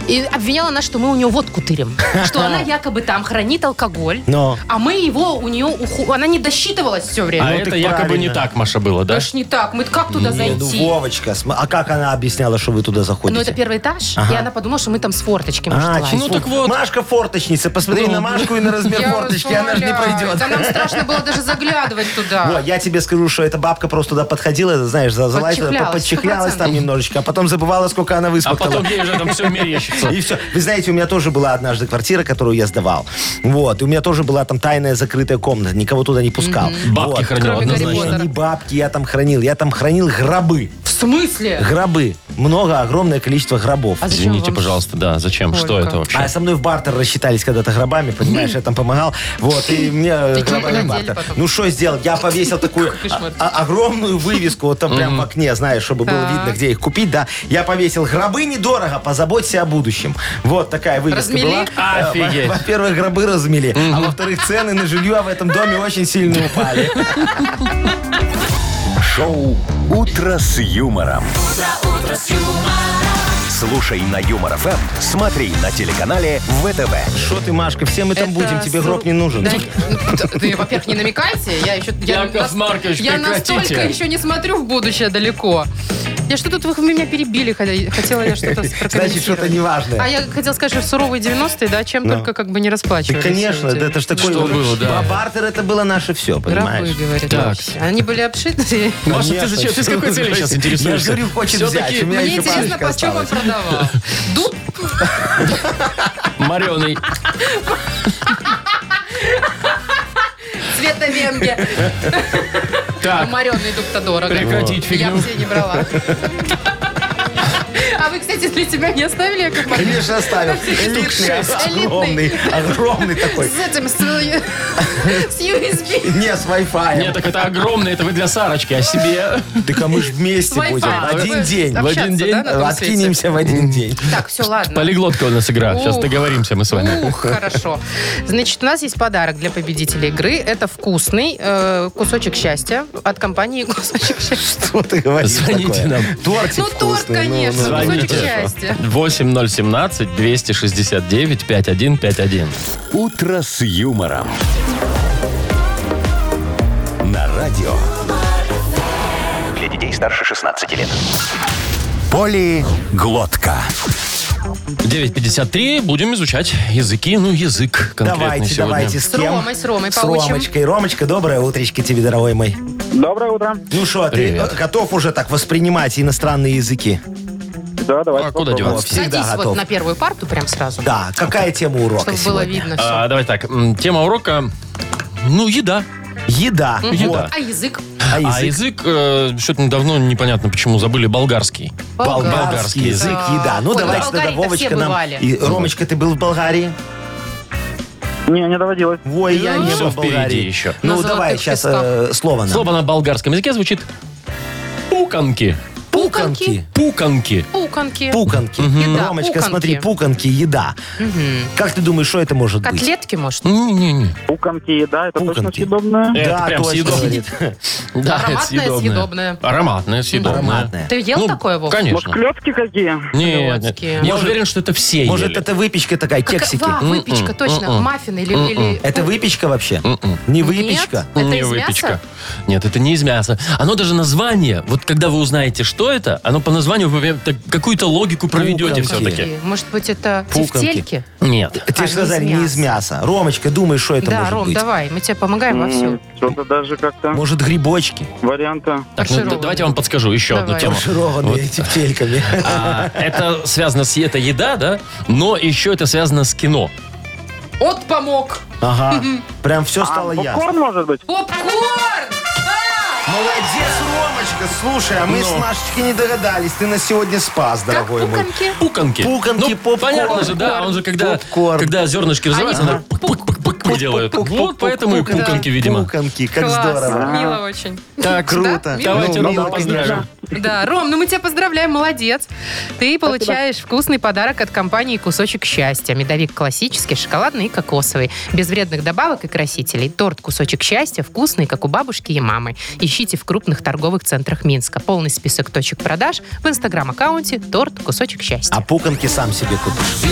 Speaker 4: и обвиняла нас, что мы у нее
Speaker 3: <laughs>
Speaker 4: водку тырим, что она якобы там хранит алкоголь,
Speaker 3: Но.
Speaker 4: а мы его у нее, уху- она не досчитывалась все
Speaker 2: А
Speaker 4: время.
Speaker 2: это
Speaker 3: так
Speaker 2: якобы не
Speaker 3: правильно.
Speaker 2: так, Маша, было, да?
Speaker 4: Это ж не так, мы как туда
Speaker 3: Не, ну,
Speaker 4: зайти?
Speaker 3: Вовочка, см- а как она объясняла, что вы туда заходите?
Speaker 4: Ну, это первый этаж, и она подумала, что мы там с форточки, может,
Speaker 3: А,
Speaker 4: лазим.
Speaker 3: чисто.
Speaker 2: Ну, так вот.
Speaker 3: Машка форточница. Посмотри на Машку и на размер
Speaker 4: Ну. <laughs> Я вас
Speaker 3: форточки. Она же не
Speaker 4: умоляю. Да нам
Speaker 3: пройдет.
Speaker 4: страшно было даже заглядывать
Speaker 3: Во,
Speaker 4: туда.
Speaker 3: я тебе скажу, что эта бабка просто туда подходила, знаешь, за- залазила,
Speaker 4: Подчихлялась,
Speaker 3: подчихлялась
Speaker 4: 100%.
Speaker 3: там немножечко, а потом забывала, сколько она
Speaker 2: А
Speaker 3: высмоктала.
Speaker 2: потом ей уже там все мерещится.
Speaker 3: <laughs> И все. Вы знаете, у меня тоже была однажды квартира, которую я сдавал. Вот. И у меня тоже была там тайная закрытая комната. Никого туда не пускал.
Speaker 2: Бабки
Speaker 3: Вот.
Speaker 2: хранил,
Speaker 4: Кроме Гарри
Speaker 2: однозначно.
Speaker 4: Поттера.
Speaker 3: Не бабки я там хранил. Я там хранил гробы.
Speaker 4: В смысле?
Speaker 3: Гробы. Много, огромное количество гробов.
Speaker 4: А зачем
Speaker 2: Извините,
Speaker 4: вам
Speaker 2: пожалуйста, да, зачем? Что
Speaker 4: Сколько?
Speaker 2: это
Speaker 3: А
Speaker 2: вообще?
Speaker 3: со мной в бартер рассчитались когда-то гробами, понимаешь, я там помогал. Вот, и мне э,
Speaker 4: Ты чё,
Speaker 3: гробами
Speaker 4: надели
Speaker 3: бартер.
Speaker 4: потом?
Speaker 3: Ну, что сделал? Я повесил такую
Speaker 4: Кошмар.
Speaker 3: а- а- огромную вывеску, вот там прям в окне, знаешь, чтобы было
Speaker 4: Так.
Speaker 3: видно, где их купить, да. Я повесил гробы недорого, позаботься о будущем. Вот такая вывеска
Speaker 4: Размели?
Speaker 3: была. Э, во-
Speaker 2: Офигеть.
Speaker 3: Во-первых, гробы размели, а во-вторых, цены на жилье в этом доме очень сильно упали.
Speaker 1: Шоу Утро с юмором. Слушай на Юмор ФМ, смотри на телеканале ВТВ.
Speaker 3: Что ты, Машка, все мы там
Speaker 4: Это
Speaker 3: будем, тебе
Speaker 4: сру-
Speaker 3: гроб не нужен.
Speaker 4: Да, ну, ты, во-первых, не намекайте. Я еще... Я,
Speaker 2: Яков Маркович,
Speaker 4: я
Speaker 2: прекратите.
Speaker 4: настолько еще не смотрю в будущее далеко. Я что тут вы меня перебили, хотя хотела я что-то
Speaker 3: Значит, что-то
Speaker 4: прокомментировать.
Speaker 3: неважное.
Speaker 4: А я хотела сказать, что в суровые 90-е, да, чем
Speaker 3: Ну.
Speaker 4: только как бы не
Speaker 3: Да,
Speaker 4: расплачивались.
Speaker 3: Конечно,
Speaker 4: люди.
Speaker 3: да это ж такое...
Speaker 2: Что было, да.
Speaker 3: А бартер это было наше все, понимаешь?
Speaker 4: Гробы, говорят,
Speaker 2: Так.
Speaker 4: вообще. Они были обшитые.
Speaker 2: Маша, ты зачем? Ты с какой целью сейчас интересуешься?
Speaker 3: Я же говорю, хочет
Speaker 2: Все-таки
Speaker 3: взять. У меня
Speaker 4: Мне
Speaker 3: еще
Speaker 4: интересно,
Speaker 3: парочка
Speaker 4: по чем он
Speaker 3: осталась.
Speaker 4: продавал. Дуб?
Speaker 2: Мореный.
Speaker 4: Цвета венге.
Speaker 2: Так,
Speaker 4: Мореный дуб-то дорого.
Speaker 2: прекратить
Speaker 3: <laughs>
Speaker 4: Я
Speaker 2: фигню.
Speaker 4: бы себе не брала. А вы, кстати, для тебя не оставили, Яков Маркович?
Speaker 3: Конечно, оставил.
Speaker 4: Штук
Speaker 3: Элитный,
Speaker 4: шесть.
Speaker 3: огромный, огромный такой.
Speaker 4: С этим, с, с USB.
Speaker 3: Не, с Wi-Fi.
Speaker 2: Нет, так это огромное, это вы для Сарочки, а себе...
Speaker 3: Так а мы же вместе
Speaker 4: С Wi-Fi.
Speaker 3: будем.
Speaker 4: А,
Speaker 3: Один
Speaker 4: вы
Speaker 3: день.
Speaker 4: общаться,
Speaker 2: В один день
Speaker 4: да, на том свете?
Speaker 3: Откинемся в один день.
Speaker 4: Так, все, ладно.
Speaker 2: Полиглотка у нас игра. Сейчас
Speaker 4: Ух.
Speaker 2: договоримся мы с вами.
Speaker 4: Ух, хорошо. Значит, у нас есть подарок для победителей игры. Это вкусный э, кусочек счастья от компании «Кусочек счастья».
Speaker 3: Что ты говоришь
Speaker 2: Звоните
Speaker 3: такое?
Speaker 2: нам.
Speaker 3: Тортик
Speaker 4: Ну, торт,
Speaker 3: вкусный, ну,
Speaker 4: конечно,
Speaker 3: ну, ну.
Speaker 4: кусочек
Speaker 2: Звоните.
Speaker 4: счастья.
Speaker 2: 8017 269 5151.
Speaker 1: «Утро с юмором». На радио
Speaker 8: Для детей старше 16 лет.
Speaker 1: «Полиглотка».
Speaker 2: 953. Будем изучать языки. Ну, язык конкретный
Speaker 3: Давайте,
Speaker 2: сегодня.
Speaker 3: давайте. С
Speaker 4: С
Speaker 3: кем?
Speaker 4: Ромой, с Ромой
Speaker 3: С
Speaker 4: поучим.
Speaker 3: Ромочкой. Ромочка, доброе утречко тебе, дорогой мой.
Speaker 5: Доброе утро.
Speaker 3: Ну что, ты
Speaker 2: Привет.
Speaker 3: э, готов уже так воспринимать иностранные языки?
Speaker 5: Да, давай.
Speaker 2: А куда
Speaker 3: Вот,
Speaker 2: деваться?
Speaker 3: всегда
Speaker 4: Садись вот
Speaker 3: готов.
Speaker 4: на первую парту прям сразу.
Speaker 3: Да, какая тема урока
Speaker 4: Чтобы было
Speaker 3: сегодня?
Speaker 4: видно все.
Speaker 2: А, давай так. М, Тема урока. Ну, еда.
Speaker 3: Еда.
Speaker 2: Еда.
Speaker 3: Вот.
Speaker 4: А язык?
Speaker 3: А
Speaker 2: А
Speaker 3: язык?
Speaker 2: язык, э, что-то давно непонятно почему, забыли болгарский.
Speaker 4: Болгар.
Speaker 2: болгарский
Speaker 3: Болгарский язык,
Speaker 4: язык.
Speaker 3: еда. Ну,
Speaker 4: Ой,
Speaker 3: давайте
Speaker 4: в
Speaker 3: тогда
Speaker 4: Болгарии-то
Speaker 3: Вовочка
Speaker 4: все
Speaker 3: нам...
Speaker 4: бывали.
Speaker 3: И, Ромочка, ты был в Болгарии?
Speaker 5: Не, не доводилось.
Speaker 3: Ой, я
Speaker 2: Ну,
Speaker 3: не
Speaker 2: всё
Speaker 3: был в
Speaker 2: впереди
Speaker 3: Болгарии.
Speaker 2: еще.
Speaker 3: Ну,
Speaker 4: На
Speaker 3: давай
Speaker 4: золотых
Speaker 3: сейчас
Speaker 4: песках.
Speaker 3: слово нам.
Speaker 2: Слово на болгарском языке звучит пуканки.
Speaker 4: Пуканки.
Speaker 2: Пуканки.
Speaker 4: Пуканки.
Speaker 3: Пуканки.
Speaker 4: Еда,
Speaker 3: Ромочка,
Speaker 4: пуканки.
Speaker 3: смотри, пуканки, еда. Как ты думаешь, что это может быть?
Speaker 4: Котлетки, может?
Speaker 2: Не-не-не.
Speaker 5: Пуканки, еда, это
Speaker 3: Пуканки.
Speaker 5: точно съедобное.
Speaker 2: Э, Это прям
Speaker 3: точно.
Speaker 2: съедобное.
Speaker 3: <laughs> говорит.
Speaker 2: Да,
Speaker 4: Ароматное,
Speaker 2: это съедобное.
Speaker 4: съедобное.
Speaker 2: Ароматное, съедобное.
Speaker 3: Ароматное.
Speaker 4: Ты ел
Speaker 2: Ну,
Speaker 4: такое, Вов?
Speaker 5: Может,
Speaker 2: Конечно.
Speaker 5: клетки
Speaker 2: Нет,
Speaker 5: какие?
Speaker 2: нет.
Speaker 4: Клёцкие.
Speaker 2: Я
Speaker 4: Может,
Speaker 2: уверен, что это все
Speaker 3: Может,
Speaker 2: ели.
Speaker 3: это выпечка такая,
Speaker 4: Как-
Speaker 3: кексики?
Speaker 4: Ва, выпечка, точно. Маффины или... или-
Speaker 3: М-м-м. Это выпечка вообще? Не выпечка?
Speaker 4: Нет, это
Speaker 2: М-м. не
Speaker 4: из
Speaker 2: выпечка.
Speaker 4: мяса?
Speaker 2: Нет, это не из мяса. Оно даже название, вот когда вы узнаете, что это, оно по названию вы прям так какую-то логику проведете
Speaker 3: Пуканки.
Speaker 2: все-таки.
Speaker 4: И, Может быть, это
Speaker 3: Пуканки.
Speaker 4: тефтельки?
Speaker 2: Нет.
Speaker 3: Тебе
Speaker 4: А,
Speaker 3: же
Speaker 4: не из
Speaker 3: сказали, не из мяса. Ромочка, думаешь, что это
Speaker 4: да,
Speaker 3: может
Speaker 4: Ром,
Speaker 3: быть?
Speaker 4: давай, мы тебе помогаем во всем.
Speaker 5: М, Что-то даже как-то
Speaker 3: Может, грибочки?
Speaker 5: варианта.
Speaker 2: Так, ну,
Speaker 4: Фаршированные.
Speaker 2: д- давайте я вам подскажу еще одну
Speaker 4: Типа Давай.
Speaker 2: тему.
Speaker 3: Шированные тептельками.
Speaker 2: А, это связано с это еда, да, но еще это связано с кино.
Speaker 4: От помог!
Speaker 3: <laughs> Ага. Прям все стало ясно.
Speaker 5: Попкорн, может быть?
Speaker 4: Попкорн!
Speaker 3: Молодец, Ромочка. Слушай, а мы с Машечкой не догадались. Ты на сегодня спас,
Speaker 4: Как
Speaker 3: дорогой мой.
Speaker 4: пуканки?
Speaker 2: Пуканки. ну,
Speaker 3: Пуканки, попкорн.
Speaker 2: Понятно же, да, он же когда,
Speaker 3: Попкорн.
Speaker 2: когда зернышки взрываются,
Speaker 4: Они
Speaker 2: она пук-пук-пук делают.
Speaker 3: Пук-пук-пук,
Speaker 2: Вот поэтому и
Speaker 3: пуканки,
Speaker 2: пуканки, видимо.
Speaker 3: Пуканки, как
Speaker 4: Класс,
Speaker 3: здорово.
Speaker 4: мило очень.
Speaker 3: Так, круто.
Speaker 2: Давайте
Speaker 3: Ну,
Speaker 2: Рома
Speaker 3: ну,
Speaker 2: поздравим.
Speaker 4: Да, Ром, ну мы тебя поздравляем, молодец. Ты получаешь вкусный подарок от компании «Кусочек счастья». Медовик классический, шоколадный и кокосовый. Без вредных добавок и красителей. Торт «Кусочек счастья» вкусный, как у бабушки и мамы. Ищите в крупных торговых центрах Минска. Полный список точек продаж в инстаграм-аккаунте «Торт «Кусочек счастья».
Speaker 3: А пуканки сам себе купишь.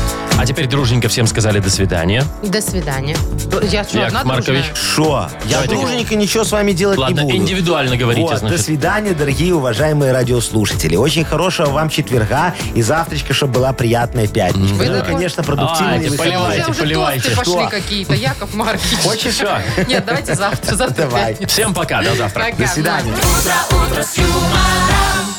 Speaker 2: А теперь дружненько всем сказали до свидания.
Speaker 4: До свидания. Я что,
Speaker 2: Яков
Speaker 4: одна
Speaker 2: Маркович.
Speaker 4: дружная?
Speaker 3: Шо? Я
Speaker 2: Давайте.
Speaker 3: дружненько ничего с вами делать
Speaker 2: Ладно,
Speaker 3: не буду.
Speaker 2: индивидуально говорите,
Speaker 3: Вот,
Speaker 2: значит.
Speaker 3: До свидания, дорогие уважаемые радиослушатели. Очень хорошего вам четверга и завтрачка, чтобы была приятная пятничка.
Speaker 4: Вы
Speaker 3: Ну, и,
Speaker 4: такой-
Speaker 3: конечно,
Speaker 2: Ай,
Speaker 3: продуктивные
Speaker 2: ты
Speaker 3: выходные.
Speaker 2: поливаете.
Speaker 4: Уже
Speaker 2: поливайте.
Speaker 4: тосты пошли
Speaker 3: Что?
Speaker 4: какие-то, Яков Маркович.
Speaker 2: Хочешь? Всё.
Speaker 4: Нет, давайте завтра, завтра
Speaker 3: Давай.
Speaker 4: пятница.
Speaker 2: Всем пока, до завтра.
Speaker 4: Пока.
Speaker 3: До свидания.
Speaker 6: Утро, утро с юмором.